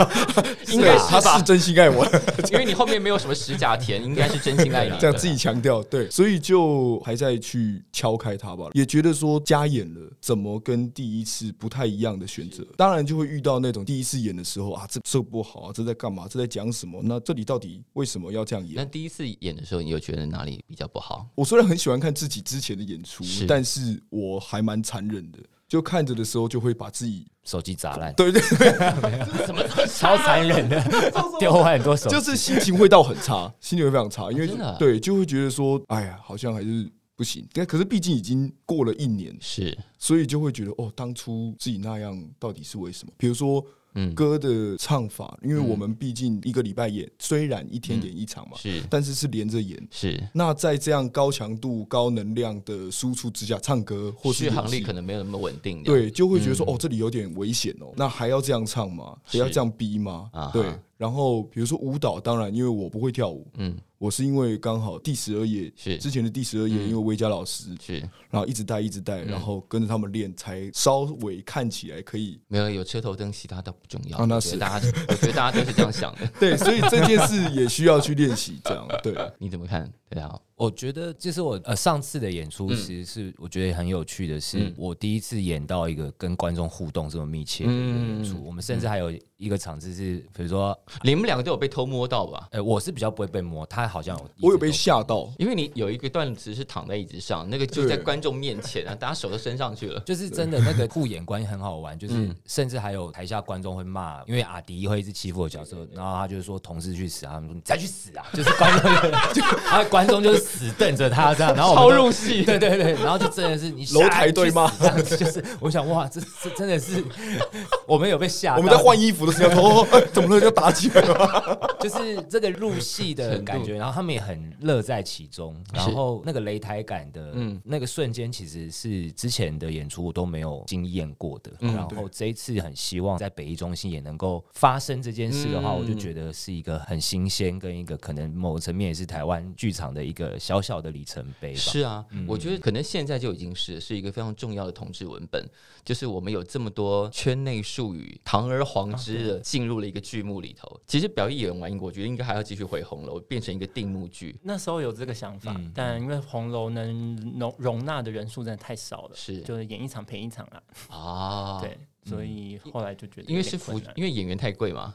Speaker 5: 应该是
Speaker 3: 他
Speaker 5: 吧
Speaker 3: 是真心爱我。
Speaker 5: 因为你后面没有什么实假甜，应该是真 心爱你的。
Speaker 3: 这样自己强调，对，所以就还在去敲开它吧，也觉得说加演了，怎么跟第一次不太一样的选择？当然就会遇到那种第一次演的时候啊，这这不好啊，这在干嘛？这在讲什么？那这里到底为什么要这样
Speaker 5: 那
Speaker 3: 演？
Speaker 5: 第一次演的时候，你有觉得哪里比较不好？
Speaker 3: 我虽然很喜欢看自己之前的演出
Speaker 5: 是，
Speaker 3: 但是我还蛮残忍的，就看着的时候就会把自 己
Speaker 4: 手机砸烂，
Speaker 3: 对对，
Speaker 4: 超残忍的，丢坏很多手机
Speaker 3: 就。是心情会到很差， 心情会非常差，因为
Speaker 5: 真的啊
Speaker 3: 对就会觉得说，哎呀，好像还是不行。但可是毕竟已经过了一年，
Speaker 5: 是，
Speaker 3: 所以就会觉得哦，当初自己那样到底是为什么？比如说
Speaker 5: 嗯，
Speaker 3: 歌的唱法，因为我们毕竟一个礼拜演，虽然一天演一场嘛，
Speaker 5: 是
Speaker 3: 但是是连着演。
Speaker 5: 是，
Speaker 3: 那在这样高强度、高能量的输出之下，唱歌或是
Speaker 5: 续
Speaker 3: 演
Speaker 5: 航力
Speaker 3: 戏
Speaker 5: 可能没有那嗯么稳定。这样，
Speaker 3: 对，就会觉得说、哦，这里有点危险哦，那还要这样唱吗？还要这样逼吗
Speaker 5: 啊哈？
Speaker 3: 对。然后比如说舞蹈，当然因为我不会跳舞，
Speaker 5: 嗯，
Speaker 3: 我是因为刚好第十二页
Speaker 5: 是嗯
Speaker 3: 之前的第十二页，因为魏佳老师
Speaker 5: 是
Speaker 3: 然后一直带一直带，然后跟着他们练，才稍微看起来可以。
Speaker 5: 没有有车头灯，其他倒不重要。
Speaker 3: 啊那
Speaker 5: 我觉得
Speaker 3: 是
Speaker 5: 大家，我觉得大家都是这样想 的。
Speaker 3: 对，所以这件事也需要去练习，这样对。
Speaker 5: 你怎么看？对啊，
Speaker 4: 我觉得这是我呃上次的演出，
Speaker 3: 嗯
Speaker 4: 其实是我觉得很有趣的是，
Speaker 5: 嗯
Speaker 4: 我第一次演到一个跟观众互动这么密切的一个演
Speaker 3: 嗯
Speaker 4: 出。我们甚至还有一个场次是，比如说，
Speaker 5: 你们两个都有被偷摸到吧？
Speaker 4: 呃，我是比较不会被摸，他好像有
Speaker 3: 我有被
Speaker 4: 一直
Speaker 3: 吓到，
Speaker 5: 因为你有一个段子是躺在椅子上，那个就
Speaker 3: 对
Speaker 5: 在观众面前啊，大家手都伸上去了。
Speaker 4: 都，就是真的那个互演关系很好 玩，就是
Speaker 3: 嗯
Speaker 4: 甚至还有台下观众会骂，因为阿迪会一直欺负我角色，然后他就说同事去死啊，他们说你再去死啊， 就是观众就，就然后观众就是死瞪着他这样，然后
Speaker 5: 超
Speaker 4: 我们
Speaker 5: 入
Speaker 4: 都。
Speaker 5: 戏，
Speaker 4: 对对对，然后就真的是你
Speaker 3: 楼台对骂
Speaker 4: 吗？这样子就是我想哇，这这真的是 我们有被吓到，
Speaker 3: 我们在换衣服的 时候，哦，哎怎么了？要打起来 了？
Speaker 4: 就是这个入戏的感 觉，然后他们也很乐在其中，然后那个擂台感的
Speaker 5: 嗯
Speaker 4: 那个瞬间，其实是之前的演出我都没有经验过的。
Speaker 5: 嗯
Speaker 4: 然后这一次很希望在北艺中心也能够发生这件事的话，
Speaker 5: 嗯
Speaker 4: 我就觉得是一个很新鲜，跟一个可能某层面也是台湾剧场的一个小小的里程碑吧。
Speaker 5: 是啊，我觉得可能现在就已经是是一个非常重要的统治文本，就是我们有这么多圈内术语，堂而皇之的进入了一个剧目里头。其实表演完，我觉得应该还要继续回红楼，变成一个定目剧。
Speaker 2: 那时候有这个想法，
Speaker 5: 嗯
Speaker 2: 但因为红楼能容容纳的人数真的太少了，
Speaker 5: 是
Speaker 2: 就是演一场赔一场啦。
Speaker 5: 啊，，
Speaker 2: 对，所以后来就觉得
Speaker 5: 因为
Speaker 2: 有
Speaker 5: 是
Speaker 2: 点
Speaker 5: 服
Speaker 2: 困 难，
Speaker 5: 因为演员太贵嘛，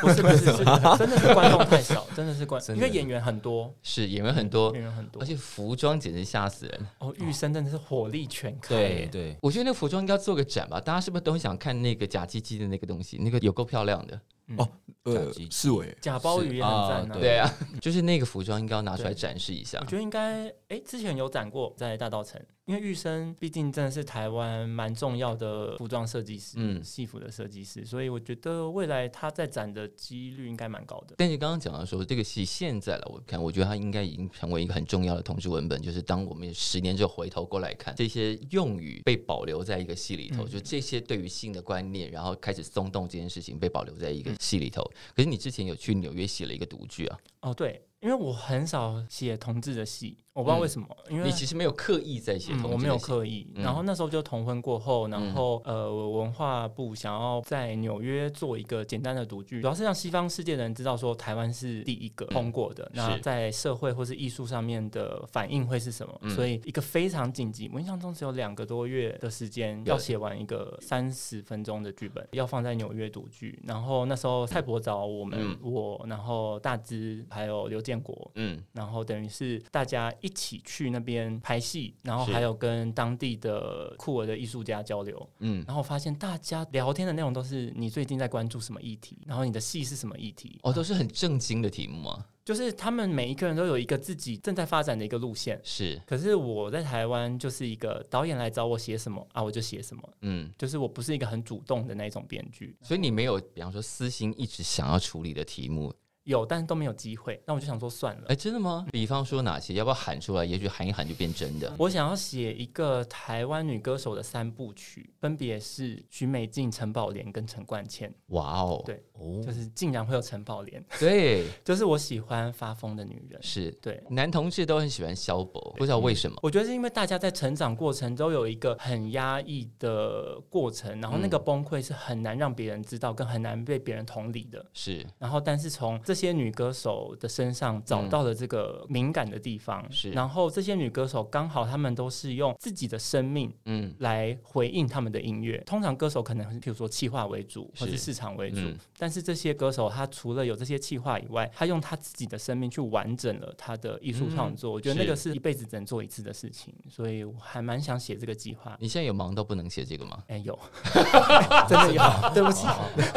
Speaker 2: 不是不是是真 的是观众太少，真的是观，因为演员很多，
Speaker 5: 是演员很多
Speaker 2: 演，员很多
Speaker 5: 哦而，且服装简直吓死人。
Speaker 2: 哦，玉生真的是火力全开，
Speaker 4: 对，对，
Speaker 5: 我觉得那个服装应该做个展吧，大家是不是都很想看那个假鸡鸡的那个东西？那个有够漂亮的，
Speaker 3: 哦，呃
Speaker 4: 打击，
Speaker 3: 世 伟，
Speaker 2: 假包鱼也很赞啊
Speaker 4: 是啊。
Speaker 5: 对啊， 就是那个服装应该要拿出来展示一下
Speaker 2: 我。觉得应该，哎，之前有展过在大道城，因为玉生毕竟真的是台湾蛮重要的服装设计师，
Speaker 5: 嗯
Speaker 2: 嗯，戏服的设计师，所以我觉得未来他在展的几率应该蛮高的。
Speaker 5: 但是刚刚讲到说，这个戏现在了，我看我觉得它应该已经成为一个很重要的同志文本，就是当我们十年之后回头过来看这些用语被保留在一个戏里头，
Speaker 2: 嗯
Speaker 5: 就这些对于性的观念，然后开始
Speaker 2: 嗯
Speaker 5: 松动这件事情被保留在一个戏里头。可是你之前有去纽约写了一个独剧啊，
Speaker 2: 哦，对，因为我很少写同志的戏，我不知道为什么，因为
Speaker 5: 嗯你其实没有刻意在写
Speaker 2: 嗯
Speaker 5: 同志的戏、
Speaker 2: 我没有刻意。
Speaker 5: 嗯
Speaker 2: 然后那时候就同婚过后，然后、呃，我文化部想要在纽约做一个简单的独剧，主要是让西方世界的人知道说台湾是第一个通过的，那
Speaker 5: 嗯是
Speaker 2: 在社会或是艺术上面的反应会是什
Speaker 5: 嗯
Speaker 2: 么？所以一个非常紧急，我印象中只有两个多月的时间
Speaker 5: 对
Speaker 2: 要写完一个三十分钟的剧本，要放在纽约独剧。然后那时候蔡伯找我们、
Speaker 5: 嗯
Speaker 2: 我，然后大芝还有刘建国，
Speaker 5: 嗯，
Speaker 2: 然后等于是大家一起去那边拍戏，然后还有跟当地的酷儿的艺术家交流，
Speaker 5: 嗯
Speaker 2: 嗯，然后发现大家聊天的内容都是你最近在关注什么议题，然后你的戏是什么议题，
Speaker 5: 哦，都是很正经的题目啊，
Speaker 2: 就是他们每一个人都有一个自己正在发展的一个路线。
Speaker 5: 是，
Speaker 2: 可是我在台湾就是一个导演来找我写什么啊，我就写什么，
Speaker 5: 嗯，
Speaker 2: 就是我不是一个很主动的那种编剧，
Speaker 5: 所以你没有，比方说私心一直想要处理的题目，
Speaker 2: 有但是都没有机会，那我就想说算了
Speaker 5: 哎、。真的吗？比方说哪些，要不要喊出来？也许喊一喊就变真的。
Speaker 2: 我想要写一个台湾女歌手的三部曲，分别是许美静、陈宝莲跟陈冠茜。
Speaker 5: 哇哦，
Speaker 2: 对，
Speaker 5: 哦
Speaker 2: 就，是竟然会有陈宝莲，
Speaker 5: 对，
Speaker 2: 就是我喜欢发疯的女人。
Speaker 5: 是
Speaker 2: 对，
Speaker 5: 男同志都很喜欢萧博，不知道为什么。
Speaker 2: 我觉得是因为大家在成长过程都有一个很压抑的过程，然后
Speaker 5: 嗯
Speaker 2: 那个崩溃是很难让别人知道，跟很难被别人同理的。
Speaker 5: 是
Speaker 2: 然后，但是从这些女歌手的身上找到了这个敏感的地方，
Speaker 5: 嗯是
Speaker 2: 然后这些女歌手刚好她们都是用自己的生命
Speaker 5: 嗯，
Speaker 2: 来回应他们的音乐。通常歌手可能是譬如说企划为主，
Speaker 5: 是
Speaker 2: 或是市场为主，
Speaker 5: 嗯
Speaker 2: 但是这些歌手他除了有这些企划以外，他用他自己的生命去完整了他的艺术创作。我觉得
Speaker 5: 嗯是
Speaker 2: 那个是一辈子只能做一次的事情，所以我还蛮想写这个计 划。
Speaker 5: 你现在有忙到不能写这个吗？
Speaker 2: 哎、有， 真的有， 对不起，
Speaker 5: 哦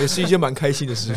Speaker 3: 也是一件蛮开心的 事。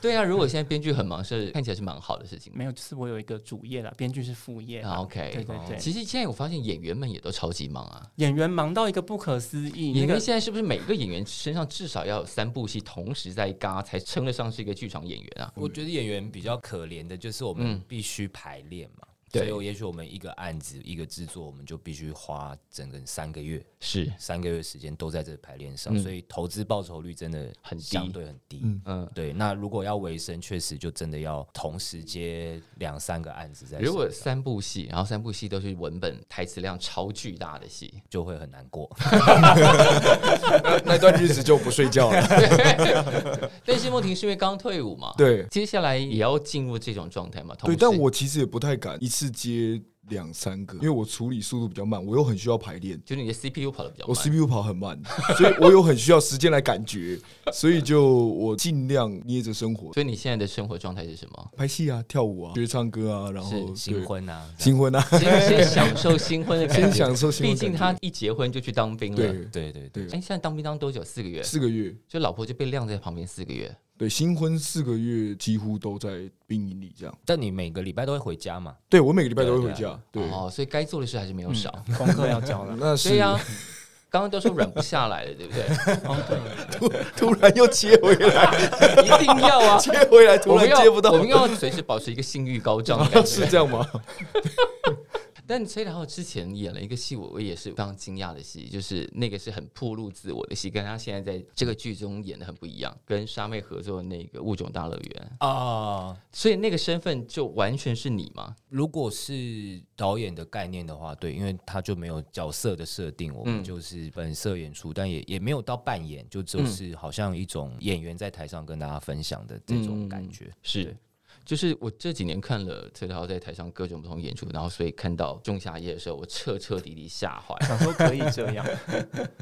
Speaker 5: 对啊，如果现在编剧很忙，是看起来是蛮好的事情。
Speaker 2: 没有，就是我有一个主业啦，编剧是副业啦。
Speaker 5: 啊，OK，
Speaker 2: 对对对
Speaker 5: 其实现在我发现演员们也都超级忙啊。
Speaker 2: 演员忙到一个不可思议，那
Speaker 5: 演员
Speaker 2: 个
Speaker 5: 现在是不是每个演员身上至少要有三部戏同时在嘎，才称得上是一个剧场演员啊？
Speaker 4: 我觉得演员比较可怜的就是我们必须排练嘛，
Speaker 5: 对
Speaker 4: 所以也许我们一个案子一个制作，我们就必须花整整三个月，
Speaker 5: 是，
Speaker 4: 三个月时间都在这排练上，
Speaker 5: 嗯
Speaker 4: 所以投资报酬率真的
Speaker 5: 很低
Speaker 4: 相对很低。
Speaker 3: 嗯
Speaker 5: 嗯。
Speaker 4: 对，那如果要维生，确实就真的要同时接两三个案子在手上，
Speaker 5: 如果三部戏，然后三部戏都是文本台词量超巨大的戏，
Speaker 4: 就会很难
Speaker 5: 哦
Speaker 4: 过。
Speaker 3: 那段日子就不睡觉 了。
Speaker 5: 但是莫婷是因为刚退伍嘛，，
Speaker 3: 对
Speaker 5: 接下来也要进入这种状态嘛。同
Speaker 3: 对，
Speaker 5: 时
Speaker 3: 但我其实也不太敢一次接两三个，因为我处理速度比较慢，我又很需要排练。
Speaker 5: 就是你的 CPU 跑得比较
Speaker 3: 我
Speaker 5: 慢，
Speaker 3: CPU 跑很慢，所以我有很需要时间来感觉，所以就我尽量捏着生活，
Speaker 5: 所以你现在的生活状态是什 么？
Speaker 3: 拍戏啊、跳舞啊、学唱歌啊，然后
Speaker 5: 是
Speaker 4: 新
Speaker 3: 对
Speaker 4: 婚啊，
Speaker 3: 新婚 啊，
Speaker 5: 先先享受新婚的感觉，
Speaker 3: 先享受新婚的
Speaker 5: 毕竟
Speaker 3: 感觉
Speaker 5: 他一结婚就去当兵了。
Speaker 3: 对
Speaker 4: 对对对，
Speaker 5: 哎，现在当兵当多久？四个月，
Speaker 3: 四个月，
Speaker 5: 就老婆就被晾在旁边四个月。
Speaker 3: 对，新婚四个月几乎都在兵营里这样。
Speaker 4: 但你每个礼拜都会回家嘛？
Speaker 3: 对我每个礼拜都会回家，对，
Speaker 5: 哦，所以该做的事还是没有少。
Speaker 2: 功课要交 了。
Speaker 3: 那是
Speaker 5: 对啊呀、刚刚都说软不下来了，对 不对？
Speaker 2: 哦，对。
Speaker 3: 突然又切回来，
Speaker 5: 一定要啊！
Speaker 3: 切回来， 突
Speaker 5: 我们
Speaker 3: 然
Speaker 5: 要
Speaker 3: 接不到
Speaker 5: 我，们要随时保持一个性欲高涨的感觉
Speaker 3: 是。这样吗？
Speaker 5: 但崔然后之前演了一个戏，我我也是非常惊讶的戏，就是那个是很暴露自我的戏，跟他现在在这个剧中演的很不一样。跟沙妹合作的那个《物种大乐园
Speaker 4: 啊、》，
Speaker 5: 所以那个身份就完全是你吗？
Speaker 4: 如果是导演的概念的话，对，因为他就没有角色的设定，我们
Speaker 5: 嗯
Speaker 4: 就是本色演出，但也也没有到扮演，就就是好像一种演员在台上跟大家分享的这
Speaker 5: 嗯
Speaker 4: 种感觉。
Speaker 5: 是
Speaker 4: 对，
Speaker 5: 就是我这几年看了崔涛在台上各种不同演出，然后所以看到《仲夏夜》的时候，我彻彻底底吓坏 了。
Speaker 2: 想说可以这样，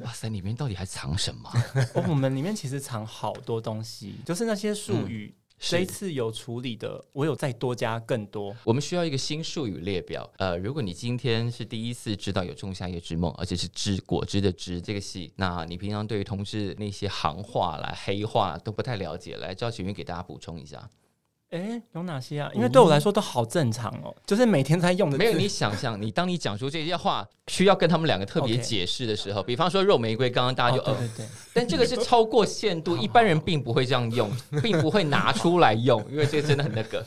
Speaker 5: 哇塞，里面到底还藏什么？啊
Speaker 2: 哦我们里面其实藏好多东西，就是那些
Speaker 5: 嗯
Speaker 2: 术语。这一次有处理的，我有再多加更多。
Speaker 5: 我们需要一个新术语列表。呃，如果你今天是第一次知道有《仲夏夜之梦》，而且是知果汁的汁这个戏，那你平常对于同志那些行话啦、黑话都不太了解，来赵启云给大家补充一下。
Speaker 2: 哎、有哪些啊？因为对我来说都好正常哦，就是每天在用的字。
Speaker 5: 嗯没有，你想象，你当你讲出这些话，需要跟他们两个特别
Speaker 2: OK
Speaker 5: 解释的时候比方说肉玫瑰，刚刚大家就
Speaker 2: 哦，
Speaker 5: 呃
Speaker 2: 对对 对，
Speaker 5: 但这个是超过 限度，一般人并不会这样用，并不会拿出来用，因为这个真的很那个。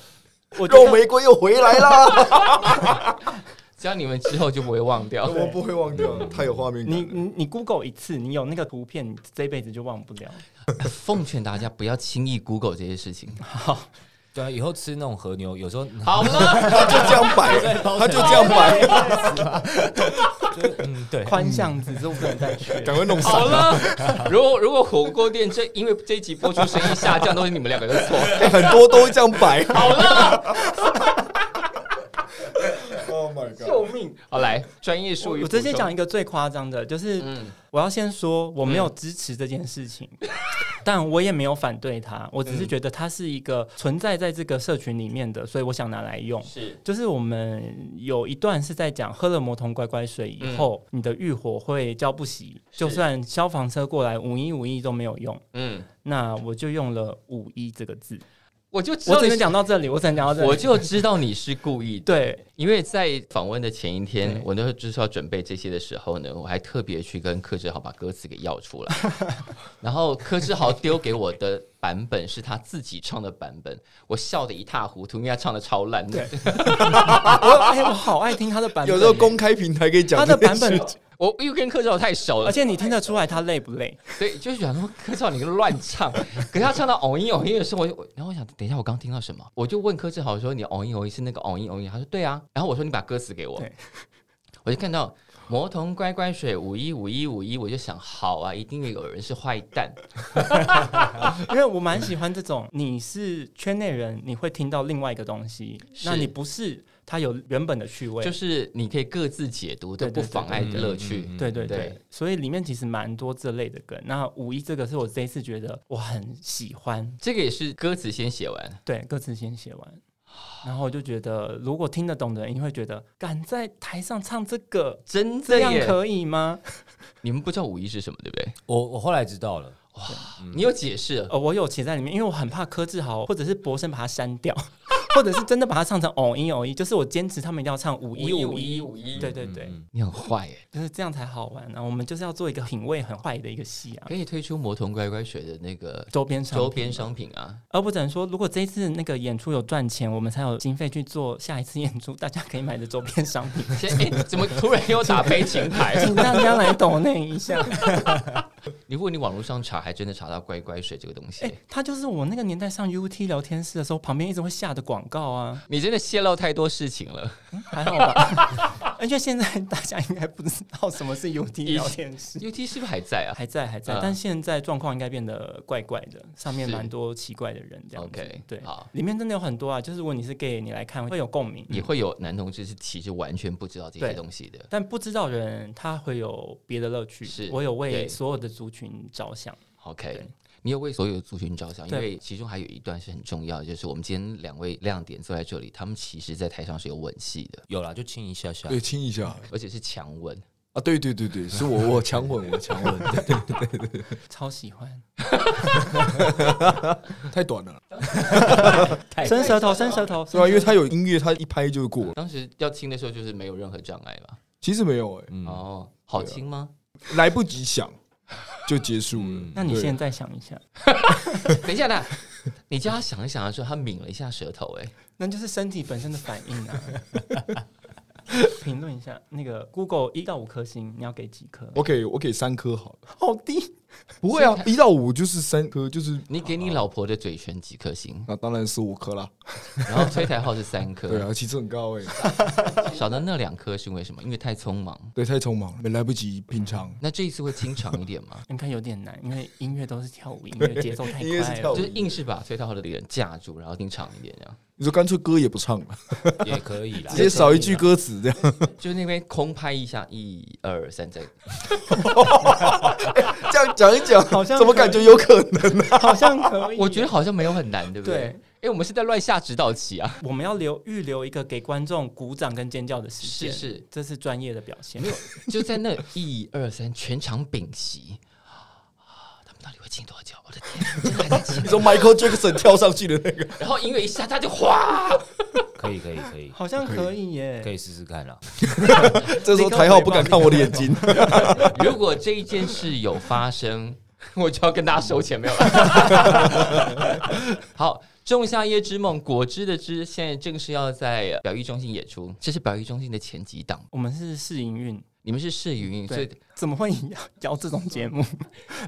Speaker 2: 我觉
Speaker 3: 肉
Speaker 2: 得
Speaker 3: 玫瑰又回来啦，
Speaker 5: 这样你们之后就不会忘 掉。
Speaker 3: 我不会忘掉，太有画面
Speaker 2: 你
Speaker 3: 感了。
Speaker 2: 你你 Google 一次，你有那个图片，你这辈子就忘不了。
Speaker 5: 奉劝大家不要轻易 Google 这些事情。
Speaker 4: 对啊，以后吃那种和牛，有时候
Speaker 5: 好吗？
Speaker 3: 他就这样摆，他就这 样摆，
Speaker 4: 就是嗯，对，
Speaker 2: 宽巷子就不能再 去了。
Speaker 3: 赶快弄散
Speaker 5: 好
Speaker 3: 了，
Speaker 5: 了，如果如果火锅店这因为这一集播出生意下降，都是你们两个的错。
Speaker 3: 很多都会这样摆。
Speaker 5: 好了，
Speaker 3: Oh my
Speaker 2: 救命！
Speaker 5: 好来专业术语
Speaker 2: 我
Speaker 5: 补充，
Speaker 2: 直接讲一个最夸张的，就是
Speaker 5: 嗯
Speaker 2: 我要先说我没有支持这件事情，但我也没有反对它，我只
Speaker 5: 嗯
Speaker 2: 是觉得它是一个存在在这个社群里面的，所以我想拿来用。
Speaker 5: 是
Speaker 2: 就是我们有一段是在讲喝了魔童乖乖水以后，你的浴火会浇不熄，
Speaker 5: 是
Speaker 2: 就算消防车过来五一五一都没有用。
Speaker 5: 嗯，
Speaker 2: 那我就用了“五一”这个字，
Speaker 5: 我就知
Speaker 2: 我
Speaker 5: 道
Speaker 2: 只
Speaker 5: 你
Speaker 2: 能
Speaker 5: 是
Speaker 2: 讲到这里，我只能讲到这里。
Speaker 5: 我就知道你是故意的，
Speaker 2: 对，
Speaker 5: 因为在访问的前一天
Speaker 2: 对，
Speaker 5: 我那时候就是要准备这些的时候呢，我还特别去跟柯志豪把歌词给要 出来，然后柯志豪丢给我的版本是他自己唱的版本，我笑得一塌糊涂，因为他唱的超烂。
Speaker 2: 对我哎，我好爱听他的版本，
Speaker 3: 有时候公开平台可以讲
Speaker 2: 他的
Speaker 3: 这件
Speaker 2: 版本
Speaker 3: 事，
Speaker 5: 我因为跟柯志豪太熟了
Speaker 2: 而，且你听得出来他累不累？
Speaker 5: 所以就是想说柯志豪你个乱唱，可是他唱到偶音偶音的时候，我就我然后我想等一下我刚听到什么，我就问柯志豪说你偶音偶音是那个偶音偶音，他说对啊，然后我说你把歌词给我
Speaker 2: 对，
Speaker 5: 我就看到魔童乖乖水五一五一五一，我就想好啊，一定有人是坏蛋，
Speaker 2: 因为我蛮喜欢这种，你是圈内人，你会听到另外一个东西，
Speaker 5: 是
Speaker 2: 那你不是，它有原本的趣味，
Speaker 5: 就是你可以各自解读，都
Speaker 2: 对
Speaker 5: 不
Speaker 2: 对对
Speaker 5: 妨碍乐趣。
Speaker 4: 嗯嗯嗯
Speaker 2: 对对对，
Speaker 5: 对
Speaker 2: 所以里面其实蛮多这类的梗。那五一这个是我这一次觉得我很喜欢，
Speaker 5: 这个也是歌词先写完，
Speaker 2: 对，歌词先写完，然后我就觉得如果听得懂的人，你会觉得敢在台上唱这个，
Speaker 5: 真
Speaker 2: 这
Speaker 5: 的
Speaker 2: 样
Speaker 5: 耶！
Speaker 2: 可以吗？
Speaker 5: 你们不知道五一是什么，对不对？
Speaker 4: 我我后来知道了，
Speaker 5: 你有解释了，
Speaker 2: 呃，我有写在里面，因为我很怕柯志豪或者是博生把它删掉， 或者是真的把它唱成偶一偶一，就是我坚持他们一定要唱五一五一。
Speaker 5: 五一
Speaker 2: 对对对，
Speaker 4: 嗯
Speaker 5: 你很坏耶！
Speaker 2: 就是这样才好玩啊！我们就是要做一个品味很坏的一个戏啊，
Speaker 5: 可以推出魔童乖乖水的那个
Speaker 2: 周边商品
Speaker 5: 周边商品啊，
Speaker 2: 而不只能说，如果这一次那个演出有赚钱，我们才有经费去做下一次演出， 大家可以买的周边商品，
Speaker 5: 现在、哎诶怎么突然又打悲情 牌？
Speaker 2: 请大家来抖那一下。
Speaker 5: 如果你网络上查，还真的查到乖乖水这个东 西。
Speaker 2: 哎、他就是我那个年代上 UT 聊天室的时候，旁边一直会下的广告 啊，
Speaker 5: 你真的泄露太多事情 了。
Speaker 2: 还好吧？而且现在大家应该不知道什么是 UT 聊天室。
Speaker 5: UT 是不是还在啊
Speaker 2: 还在还在
Speaker 5: 嗯，
Speaker 2: 但现在状况应该变得怪怪的，上面
Speaker 5: 是
Speaker 2: 蛮多奇怪的人这样子。
Speaker 5: ？OK，
Speaker 2: 对，
Speaker 5: 好，
Speaker 2: 里面真的有很多啊，就是如果你是 gay，你来看会有共鸣，
Speaker 5: 也会有男同志是其实完全不知道这些
Speaker 2: 对
Speaker 5: 东西的。
Speaker 2: 但不知道的人他会有别的乐趣。
Speaker 5: 是
Speaker 2: 我有
Speaker 5: 对
Speaker 2: 为所有的族群着想。
Speaker 5: OK
Speaker 2: 对。
Speaker 5: 你有为所有的族群着想，因
Speaker 2: 对
Speaker 5: 为其中还有一段是很重要的，就是我们今天两位亮点坐在这里，他们其实在台上是有吻戏的，
Speaker 4: 有啦，就亲一下下。
Speaker 3: 对，亲一下
Speaker 5: 而且是强吻。
Speaker 3: 啊！对对对对，是我我强吻我强 吻，对
Speaker 2: 超喜欢，
Speaker 3: 太短 了，
Speaker 2: 伸舌头，伸舌头，
Speaker 3: 对吧？啊因为他有音乐，他一拍就过了。
Speaker 5: 当时要亲的时候，就是没有任何障碍吧？
Speaker 3: 其实没有哎、
Speaker 4: 嗯
Speaker 5: 哦，好
Speaker 3: 对啊
Speaker 5: 亲吗？
Speaker 3: 来不及想就结束了
Speaker 4: 嗯。
Speaker 2: 那你
Speaker 3: 对
Speaker 2: 现在想一下，
Speaker 5: 等一下呢，你叫他想一想的时候，他抿了一下舌头、哎，
Speaker 2: 那就是身体本身的反应啊。 评论一下，那个 Google 一到五颗星，你要给几颗？
Speaker 3: 我给我给三颗好了，
Speaker 2: 好低，？
Speaker 3: 不会啊， 一到五就是三颗，就是
Speaker 5: 你给你老婆的嘴唇几颗星？
Speaker 3: 那、当然是五颗啦。
Speaker 5: 然后崔台浩是三
Speaker 3: 对
Speaker 5: 颗，
Speaker 3: 啊，其实很高哎、
Speaker 5: 少的那两颗是为什么？因为太匆忙。
Speaker 3: 对，太匆忙了，没来不及品尝。
Speaker 5: 那这一次会清长一点吗
Speaker 2: 应该有点难，因为音乐都是跳舞，音乐节奏太
Speaker 3: 音乐是
Speaker 2: 快了
Speaker 3: 跳舞。
Speaker 5: 就是硬是把崔台浩的脸架住，然后清长一点，这样。
Speaker 3: 你说干脆歌也不唱了，
Speaker 4: 也可以啦
Speaker 3: 直。接少一句歌词这样。
Speaker 5: 就是那边空拍一下，一二三，再
Speaker 3: 这样讲一讲，
Speaker 2: 好像
Speaker 3: 怎么感觉有可能？
Speaker 2: 好像 可以。
Speaker 5: 我觉得好像没有很难，对不哎对？
Speaker 2: 对，
Speaker 5: 哎、我们是在乱下指导棋啊。
Speaker 2: 我们要留预留一个给观众鼓掌跟尖叫的时间，
Speaker 5: 是是，
Speaker 2: 这是专业的表现。没有，
Speaker 5: 就在那一二三，全场屏息。啊他们到底会进多久？我的天，真的还在进
Speaker 3: 你。说 Michael Jackson 跳上去的那 个，
Speaker 5: 然后音乐一下，他就哗。
Speaker 4: 可以可以可以
Speaker 2: 好像可以耶。
Speaker 4: 可以试试看啦。
Speaker 3: 这时候台浩不敢看我的眼睛。
Speaker 5: 如果这一件事有 发生，我就要跟大家收钱，没有了。好，仲夏夜之梦》果汁的汁，现在正式要在呃表艺中心演出，这是表艺中心的前几档。
Speaker 2: 我们是试营运，
Speaker 5: 你们是试营运，所以
Speaker 2: 对，怎么会邀邀这种节目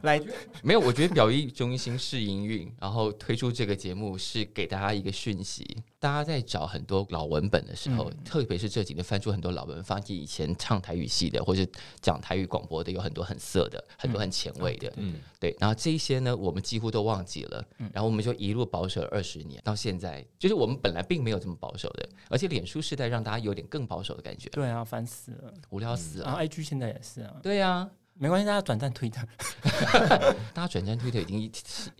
Speaker 2: 来？
Speaker 5: 没有，我觉得表艺中心试营运，然后推出这个节目是给大家一个讯息。大家在找很多老文本的时候，特别是这几年翻出很多老文，发现以前唱台语戏的或是讲台语广播的有很多很色的，很多很前卫的，嗯，对。然后这一些呢，我们几乎都忘记了，然后我们就一路保守了二十年，到现在，就是我们本来并没有这么保守的，而且脸书时代让大家有点更保守的感觉，
Speaker 2: 对啊，烦死了。
Speaker 5: 无聊死了。
Speaker 2: 然后 IG 现在也是啊，
Speaker 5: 对呀、啊，
Speaker 2: 没关系，大家转战推特。
Speaker 5: 大家转战推特已经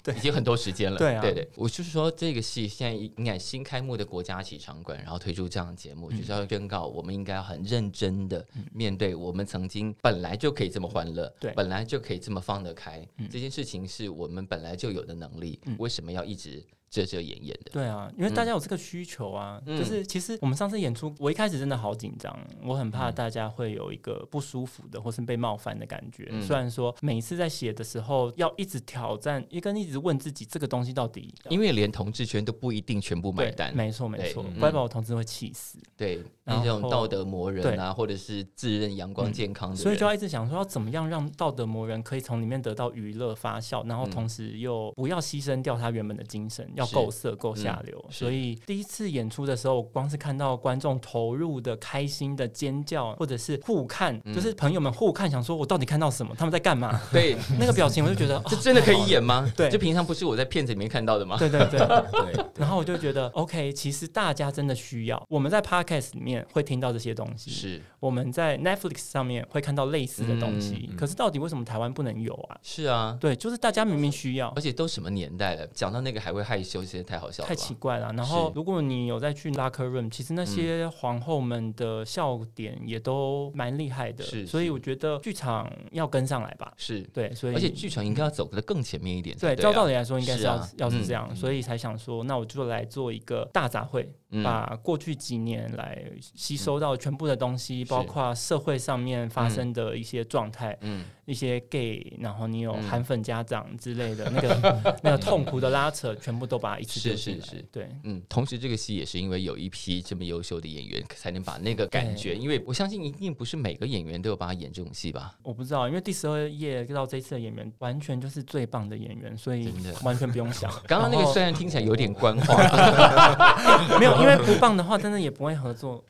Speaker 2: 对
Speaker 5: 已经很多时间了。
Speaker 2: 对啊
Speaker 5: 对对，我就是说这个戏现在应该新开幕的国家级场馆，然后推出这样的节
Speaker 2: 嗯
Speaker 5: 目，就是要宣告我们应该要很认真的面对我们曾经本来就可以这么欢乐，
Speaker 2: 对嗯
Speaker 5: 本来就可以这么放得开，这件事情是我们本来就有的能力，为什么要一直遮遮掩掩的？
Speaker 2: 对啊，因为大家有这个需求啊，
Speaker 5: 嗯
Speaker 2: 就是其实我们上次演出，我一开始真的好紧张，我很怕大家会有一个不舒服的或是被冒犯的感觉。
Speaker 5: 嗯
Speaker 2: 虽然说每一次在写的时候要一直挑战，一跟一直问自己这个东西到底
Speaker 5: 因为连同志圈都不一定全部买
Speaker 2: 对
Speaker 5: 单，
Speaker 2: 没错
Speaker 5: 对
Speaker 2: 没错
Speaker 5: 嗯，
Speaker 2: 乖宝同志会气死，
Speaker 5: 对
Speaker 2: 然
Speaker 5: 那
Speaker 2: 后嗯
Speaker 5: 种道德魔人啊，或者是自认阳光健康的人，
Speaker 2: 所以就要一直想说要怎么样让道德魔人可以从里面得到娱乐发酵，然后同时又不要牺牲掉他原本的精神，要
Speaker 5: 嗯是嗯
Speaker 2: 够色够下流。
Speaker 5: 是
Speaker 2: 所以第一次演出的时候，我光是看到观众投入的、开心的尖叫，或者是互看，
Speaker 5: 嗯
Speaker 2: 就是朋友们互看，想说我到底看到什么，他们在干 嘛？
Speaker 5: 对，
Speaker 2: 那个表情我就觉得，
Speaker 5: 这
Speaker 2: 哦
Speaker 5: 真的可以演吗？
Speaker 2: 对
Speaker 5: 这平常不是我在片子里面看到的吗？
Speaker 2: 对对对，
Speaker 4: 对，
Speaker 2: 然后我就觉得 OK，其实大家真的需要，我们在 Podcast 里面会听到这些东西，
Speaker 5: 是
Speaker 2: 我们在 Netflix 上面会看到类似的东西，
Speaker 5: 嗯嗯
Speaker 2: 可是到底为什么台湾不能有啊？
Speaker 5: 是啊，
Speaker 2: 对，就是大家明明需要
Speaker 5: 而，且都什么年代了，讲到那个还会害羞，实在太好笑了
Speaker 2: 太
Speaker 5: 吧。
Speaker 2: 奇怪了。然后
Speaker 5: 是，嗯
Speaker 2: 如果你有再去拉克 room，其实那些皇后们的笑点也都蛮厉害的，
Speaker 5: 是
Speaker 2: 所以
Speaker 5: 是
Speaker 2: 我觉得剧场要跟上来吧。
Speaker 5: 是，
Speaker 2: 对，所以
Speaker 5: 而且剧场应该要走得更前面一点
Speaker 2: 对，
Speaker 5: 才啊
Speaker 2: 照道理来说应该是
Speaker 5: 是
Speaker 2: 要
Speaker 5: 啊
Speaker 2: 要
Speaker 5: 嗯
Speaker 2: 是这样，所以才想说，那我就来做一个大杂烩，
Speaker 5: 嗯
Speaker 2: 把过去几年来吸收到全部的东西，
Speaker 5: 是
Speaker 2: 包括社会上面发生的一些状态，
Speaker 5: 嗯
Speaker 2: 一些 gay，然后你有韩粉家长之类 的、那个那个痛苦的拉扯，全部都把它一次
Speaker 5: 是
Speaker 2: 丢进来
Speaker 5: 是是
Speaker 2: 对。
Speaker 5: 嗯，同时这个戏也是因为有一批这么优秀的演员，才能把那个感觉，因为我相信一定不是每个演员都有办法演这种戏 吧。
Speaker 2: 我不知道，因为第十二页到这一次的演员完全就是最棒的演员，所以
Speaker 5: 真的
Speaker 2: 完全不用想。
Speaker 5: 刚刚那个
Speaker 2: 然后
Speaker 5: 虽然听起来有点官 话，
Speaker 2: 没有，因为不棒的话，真的也不会合作，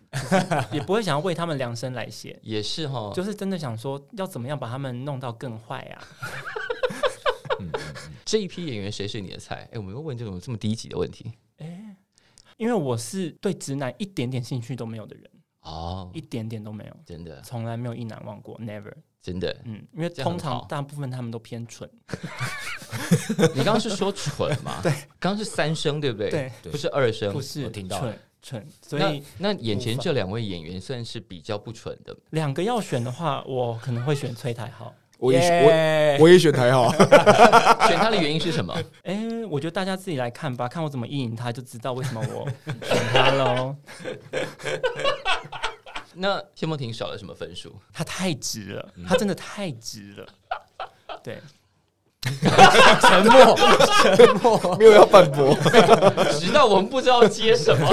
Speaker 2: 也不会想要为他们量身来写。
Speaker 5: 也是哈，
Speaker 2: 就是真的想说，要怎么样把他们弄到更坏啊？
Speaker 5: 这一批演员谁是你的菜？哎，我们会问这种这么低级的问题
Speaker 2: 因为我是对直男一点点兴趣都没有的人，
Speaker 5: 哦
Speaker 2: 一，点点都没有，
Speaker 5: 真的
Speaker 2: 从来没有一难忘过，never。
Speaker 5: 真的，
Speaker 2: 嗯，因为
Speaker 5: 这样很
Speaker 2: 通
Speaker 5: 好
Speaker 2: 常大部分他们都偏蠢，
Speaker 5: 你刚刚是说蠢 吗？对，刚刚是三声对不对？
Speaker 2: 对，
Speaker 5: 不是二声，
Speaker 2: 不是
Speaker 4: 我听到了
Speaker 2: 蠢蠢，所以
Speaker 5: 那那眼前这两位演员算是比较不蠢的，
Speaker 2: 两个要选的话，我可能会选崔台浩。
Speaker 3: 我也选我我也选台好，
Speaker 5: 选他的原因是什么？
Speaker 2: 哎、我觉得大家自己来看吧，看我怎么意淫他，就知道为什么我 选他喽。
Speaker 5: 那谢梦婷少了什么分数？
Speaker 2: 他太直了，
Speaker 5: 嗯
Speaker 2: 他真的太直了。对，
Speaker 4: 沉默，
Speaker 3: 没有要反驳。
Speaker 5: 直到我们不知道接什么。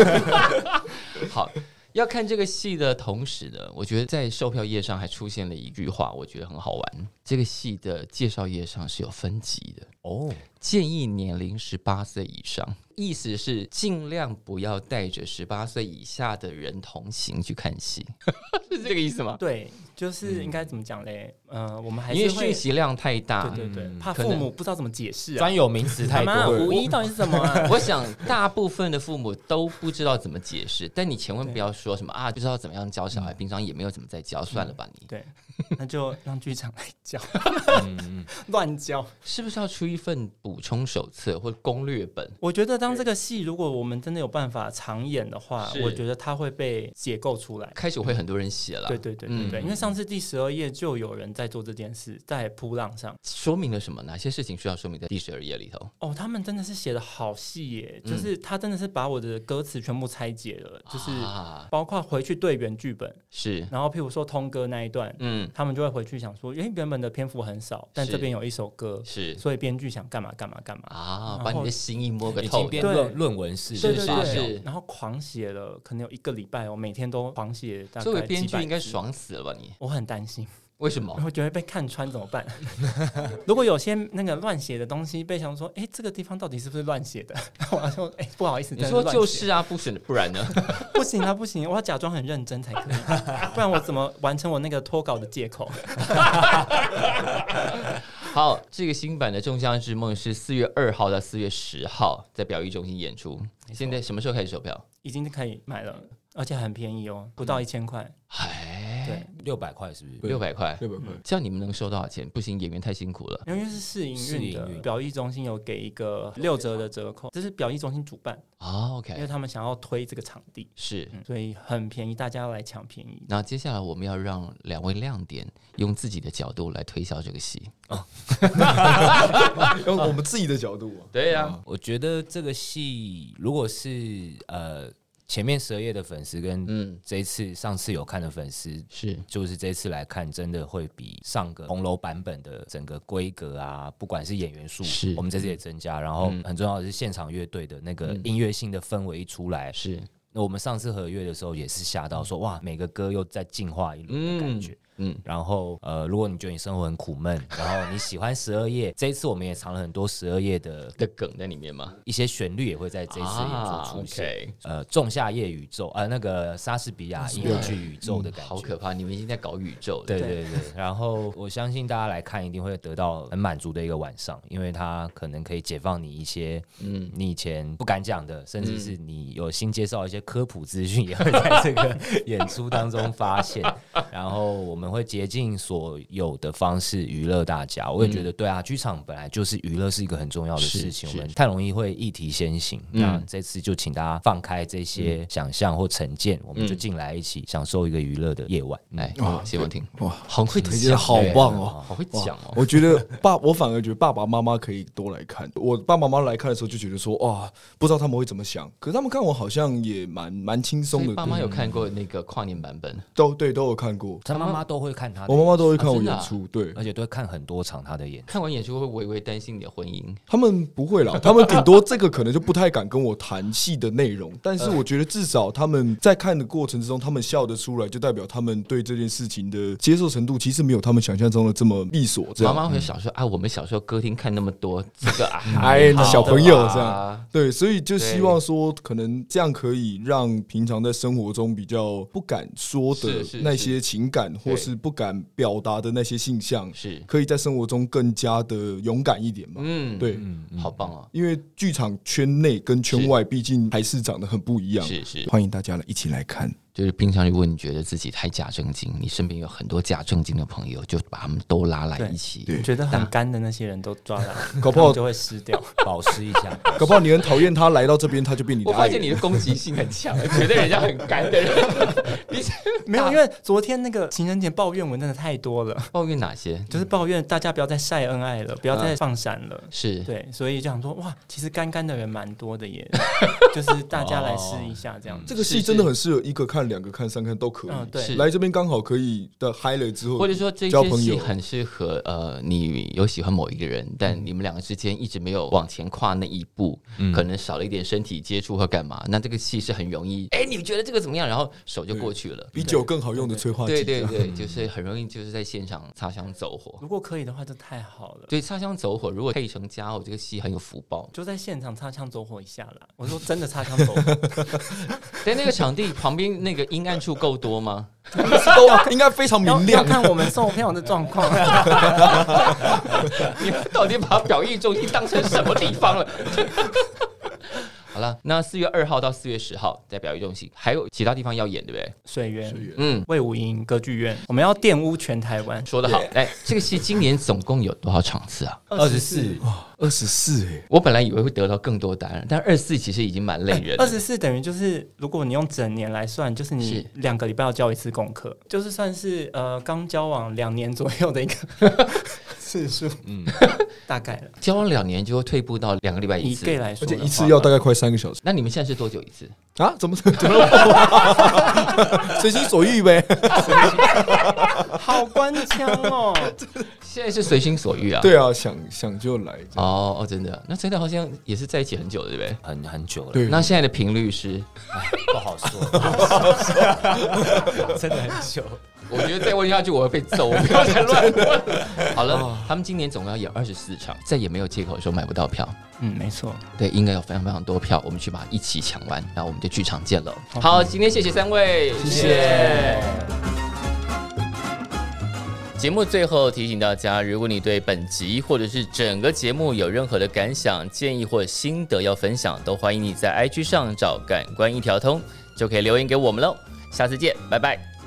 Speaker 5: 好，要看这个戏的同时呢，我觉得在售票页上还出现了一句话，我觉得很好玩。这个戏的介绍页上是有分级的，
Speaker 4: 哦，
Speaker 5: 建议年龄十八岁以上，意思是尽量不要带着十八岁以下的人同行去看戏， 是这个意思吗？
Speaker 2: 对，就是应该怎么讲嘞？呃，我们还是
Speaker 5: 嗯因为
Speaker 2: 会
Speaker 5: 讯息量太大，
Speaker 2: 对对对，
Speaker 4: 嗯
Speaker 2: 怕
Speaker 5: 可
Speaker 2: 父
Speaker 5: 能
Speaker 2: 母不知道怎么解释啊。
Speaker 4: 专有名词太
Speaker 2: 妈妈，
Speaker 4: 多了，
Speaker 2: 五一到底是什么 啊？
Speaker 5: 我想大部分的父母都不知道怎么解释，但你千万不要说什么啊，不知道怎么样教
Speaker 2: 嗯
Speaker 5: 小孩，平常也没有怎么在教，算了吧你。
Speaker 2: 对，那就让剧场来 教，
Speaker 5: 嗯
Speaker 2: 乱教。
Speaker 5: 是不是要出一份补充手册或攻略本？
Speaker 2: 我觉得当这个戏如果我们真的有办法长演的话
Speaker 5: 是，
Speaker 2: 我觉得它会被解构出来。
Speaker 5: 开始会很多人写了，
Speaker 2: 对对对对对，
Speaker 5: 嗯
Speaker 2: 因为上次第十二页就有人在做这件事，在扑浪上。
Speaker 5: 说明了什么？哪些事情需要说明在第十二页里头？
Speaker 2: 哦，他们真的是写的好细耶，
Speaker 5: 嗯
Speaker 2: 就是他真的是把我的歌词全部拆解了，就是
Speaker 5: 啊，
Speaker 2: 包括回去对原剧本，
Speaker 5: 是，
Speaker 2: 然后譬如说通歌那一段，
Speaker 5: 嗯，
Speaker 2: 他们就会回去想说，因为原本的篇幅很少，但
Speaker 5: 是
Speaker 2: 这边有一首歌，
Speaker 5: 是
Speaker 2: 所以编剧想干嘛干嘛干嘛，
Speaker 5: 啊，
Speaker 2: 然
Speaker 5: 把你
Speaker 2: 后
Speaker 5: 的心意摸个
Speaker 4: 已
Speaker 5: 透
Speaker 4: 经
Speaker 5: 的
Speaker 4: 变
Speaker 2: 对
Speaker 4: 论论文式
Speaker 2: 对对
Speaker 5: 是发
Speaker 2: 对
Speaker 5: 酵，
Speaker 2: 然后狂写了，可能有一个礼拜哦，每天都狂写大概。
Speaker 5: 作为编剧应该，哦爽死了吧你？
Speaker 2: 我很担心，
Speaker 5: 为什么？
Speaker 2: 我觉得被看穿怎么 办？如果有些那个乱写的东西被想说，哎，这个地方到底是不是乱写的？ 我要说，哎，不好意思，
Speaker 5: 你
Speaker 2: 真的
Speaker 5: 说
Speaker 2: 乱
Speaker 5: 就
Speaker 2: 写
Speaker 5: 是啊，不选不然呢？
Speaker 2: 不行啊，不行，我要假装很认真才可以， 不然我怎么完成我那个脱稿的借口？
Speaker 5: 好，这个新版的《仲夏之梦》是四月二号到四月十号在表艺中心演出。现在什么时候开始售票？
Speaker 2: 已经可以买了，而且很便宜哦，不
Speaker 5: 嗯
Speaker 2: 到一千块。
Speaker 5: 哎，
Speaker 2: 对，
Speaker 4: 六百块是不是？
Speaker 3: 对
Speaker 5: 六百块，
Speaker 3: 六百块。
Speaker 5: 这样你们能收多少钱？不行，演员太辛苦了。
Speaker 2: 因为是试营运
Speaker 4: 试营
Speaker 2: 的
Speaker 4: 运，
Speaker 2: 表艺中心有给一个六折的折扣，这是表艺中心主办，
Speaker 5: 哦
Speaker 2: 因为
Speaker 5: ，OK，
Speaker 2: 他们想要推这个场地，
Speaker 5: 是。
Speaker 2: 嗯所以很便宜，大家要来抢便宜。
Speaker 5: 那接下来我们要让两位亮点用自己的角度来推销这个戏。
Speaker 3: 用我们自己的角度啊，
Speaker 5: 对呀、
Speaker 4: 我觉得这个戏如果是呃前面十二页的粉丝跟
Speaker 5: 嗯，
Speaker 4: 这一次上次有看的粉丝。
Speaker 5: 是
Speaker 4: 就是这次来看，真的会比上个红楼版本的整个规格啊，不管是演员数
Speaker 5: 是，嗯
Speaker 4: 我们这次也增加，然后很重要的是现场乐队的那个音乐性的氛围一出来，
Speaker 5: 是，
Speaker 4: 那我们上次合约的时候也是吓到说，哇，每个歌又在进化一轮的感觉。
Speaker 5: 嗯嗯
Speaker 4: 然后呃，如果你觉得你生活很苦闷，然后你喜欢十二夜，这一次我们也藏了很多十二夜的
Speaker 5: 的梗在里面吗？
Speaker 4: 一些旋律，也会在这一次演
Speaker 5: 啊
Speaker 4: 出出现。
Speaker 5: ，OK，
Speaker 4: 呃，仲夏夜宇宙，呃，那个莎士比亚音乐剧宇宙的感觉，
Speaker 5: 嗯好可怕！你们已经在搞宇宙了。
Speaker 4: 对对对，然后我相信大家来看一定会得到很满足的一个晚上，因为它可能可以解放你一些
Speaker 5: 嗯，
Speaker 4: 你以前不敢讲的，甚至是你有新介绍一些科普资讯，也会在 这个演出当中发现。然后我们会竭尽所有的方式娱乐大家。我也觉得，对啊，剧场本来就是娱乐是一个很重要的事
Speaker 5: 是嗯
Speaker 4: 情，我
Speaker 5: 是
Speaker 4: 们太容易会议题先行。那这次就请大家放开这
Speaker 5: 嗯
Speaker 4: 些想象或成见，我们就进来一起享受一个娱乐的夜晚。嗯
Speaker 5: 来，
Speaker 3: 哇
Speaker 5: 哎啊希望听，
Speaker 3: 哇，
Speaker 5: 好会
Speaker 3: 推荐得
Speaker 5: 讲，
Speaker 3: 好
Speaker 5: 对
Speaker 3: 棒哦！
Speaker 5: 好会讲哦。
Speaker 3: 我觉得爸，我反而觉得爸爸妈妈可以多来看。我爸爸妈妈来看的时候就觉得说，哇，不知道他们会怎么想。可是他们看我好像也蛮蛮轻
Speaker 5: 所
Speaker 3: 松
Speaker 5: 以
Speaker 3: 的，
Speaker 5: 爸妈有看过那个跨年版本，
Speaker 3: 都对都有看过。
Speaker 4: 他妈妈都会看他的，
Speaker 3: 我妈妈都会看
Speaker 5: 啊
Speaker 3: 我
Speaker 5: 真的
Speaker 3: 演
Speaker 5: 啊
Speaker 3: 出，对
Speaker 4: 而且都会看很多场他的演出。
Speaker 5: 看完演出会微微担心你的婚姻。
Speaker 3: 他们不会啦， 他们顶多这个可能就不太敢跟我谈戏的内容。但
Speaker 5: 嗯
Speaker 3: 是我觉得至少他们在看的过程之中，他们笑得出来，就代表他们对这件事情的接受程度其实没有他们想象中的这么利索。这
Speaker 5: 妈
Speaker 3: 样，
Speaker 5: 妈会
Speaker 3: 嗯
Speaker 5: 想说啊，我们小时候歌厅看那么多，这个啊，
Speaker 3: 哎，
Speaker 5: 还好啊
Speaker 3: 小朋友
Speaker 5: 吧
Speaker 3: 这样。对，所以就希望说，可能这样可以让平常在生活中比较不敢说的
Speaker 5: 是是
Speaker 3: 那些情感，
Speaker 5: 对
Speaker 3: 或是不敢表达的那些性向，
Speaker 5: 是，
Speaker 3: 可以在生活中更加的勇敢一点嘛。
Speaker 5: 嗯，，
Speaker 3: 对，
Speaker 5: 好棒哦，
Speaker 3: 因为剧场圈内跟圈
Speaker 5: 是
Speaker 3: 外毕竟还是长得很不一样。
Speaker 5: 是是，
Speaker 3: 欢迎大家来一起来 看，
Speaker 5: 就是平常如果你觉得自己太假正经，你身边有很多假正经的朋友，就把他们都拉来
Speaker 2: 对
Speaker 5: 一起。
Speaker 3: 对
Speaker 2: 觉得很干的那些人都抓 来，
Speaker 3: 搞不
Speaker 2: 他
Speaker 3: 好
Speaker 2: 们就会湿掉。
Speaker 4: 保湿一下。
Speaker 3: 搞不好你很讨厌他来到这边，他就变你的
Speaker 5: 我
Speaker 3: 爱
Speaker 5: 发现你
Speaker 3: 人。
Speaker 5: 的攻击性很 强，觉得人家很干的人， 你是
Speaker 2: 没有，因为昨天那个情人节抱怨文真的太多了，
Speaker 5: 抱怨哦哪些？
Speaker 2: 就是抱怨大家不要再晒恩爱了，不要再放闪了。
Speaker 5: 是
Speaker 2: 嗯对，所以就想说，哇，其实干干的人蛮多的 耶，就是大家来试一下哦嗯这样子。
Speaker 3: 这个
Speaker 5: 是
Speaker 3: 戏
Speaker 5: 是
Speaker 3: 真的很适合一个看、两个看、三看都可
Speaker 2: 嗯，
Speaker 3: 以。
Speaker 5: 是
Speaker 2: 对，
Speaker 3: 来这边刚好可以的嗨了之后，
Speaker 5: 或者说这
Speaker 3: 交
Speaker 5: 些
Speaker 3: 朋
Speaker 5: 戏
Speaker 3: 友
Speaker 5: 很适合呃，你有喜欢某一个人，
Speaker 3: 嗯
Speaker 5: 但你们两个之间一直没有往前跨那一步，可能少了一点身体接触或干嘛，那这个戏是很容易，哎、你觉得这个怎么样？然后手就过去了。
Speaker 3: 比酒更好用的催化剂。
Speaker 5: 对对
Speaker 3: 嗯
Speaker 5: 对，就是很容易就是在现场擦枪走火。
Speaker 2: 如果可以的话，就太好了。
Speaker 5: 对，擦枪走火，如果配成佳偶，这个戏很有福报。
Speaker 2: 就在现场擦枪走火一下啦。我说真的擦枪走 火，
Speaker 5: 但那个场地旁边那个阴暗处够多吗？
Speaker 3: 都应该非常
Speaker 2: 要
Speaker 3: 明
Speaker 2: 要
Speaker 3: 亮。
Speaker 2: 看我们售票的状况。
Speaker 5: 你们到底把表意中心当成什么地方了？ 好了，那四月二号到四月十号在表意中心，还有其他地方要演，对不对？
Speaker 2: 水源、
Speaker 5: 嗯，
Speaker 2: 魏武营歌剧院，我们要玷污全台湾。
Speaker 5: 说得好。哎，这个戏今年总共有多少场次啊？
Speaker 4: 24，
Speaker 3: 二十四哎，
Speaker 5: 我本来以为会得到更多答案，但二四其实已经蛮累人了。
Speaker 2: 二十四等于就是，如果你用整年来算，就是你
Speaker 5: 是
Speaker 2: 两个礼拜要交一次功课，就是算是呃刚交往两年左右的一个
Speaker 3: 次数，嗯
Speaker 2: 大概了。
Speaker 5: 交往两年就会退步到两个礼拜一
Speaker 2: 以
Speaker 5: 次。
Speaker 2: gay 来说
Speaker 3: 而
Speaker 2: 的
Speaker 3: 且
Speaker 2: 话，
Speaker 3: 一次要 大概快三个小时
Speaker 5: 那你们现在是多久一次？
Speaker 3: 啊？怎么 怎么？ 随心所欲呗。
Speaker 2: 好官腔哦。
Speaker 5: 现在是随心所欲啊。。
Speaker 3: 对啊，想想就来。
Speaker 5: 哦哦，真的，那真的好像也是在一起很久了，对不对？
Speaker 4: 很很久了，
Speaker 3: 对，
Speaker 5: 那现在的频率是，
Speaker 4: 哎不好说，真的很久。
Speaker 5: 我觉得再问下去我会被揍，我不要再乱问了。好了，他们今年总共要演二十四场，再也没有借口说买不到票。
Speaker 2: 嗯，没错。
Speaker 5: 对，应该有非常非常多票，我们去把它一起抢完，然后我们就去场见了。好，今天谢谢三位，谢谢。节目最后提醒大家，如果你对本集或者是整个节目有任何的感想、建议或心得要分享，都欢迎你在 IG 上找“感官一条通”，就可以留言给我们喽。下次见，拜拜。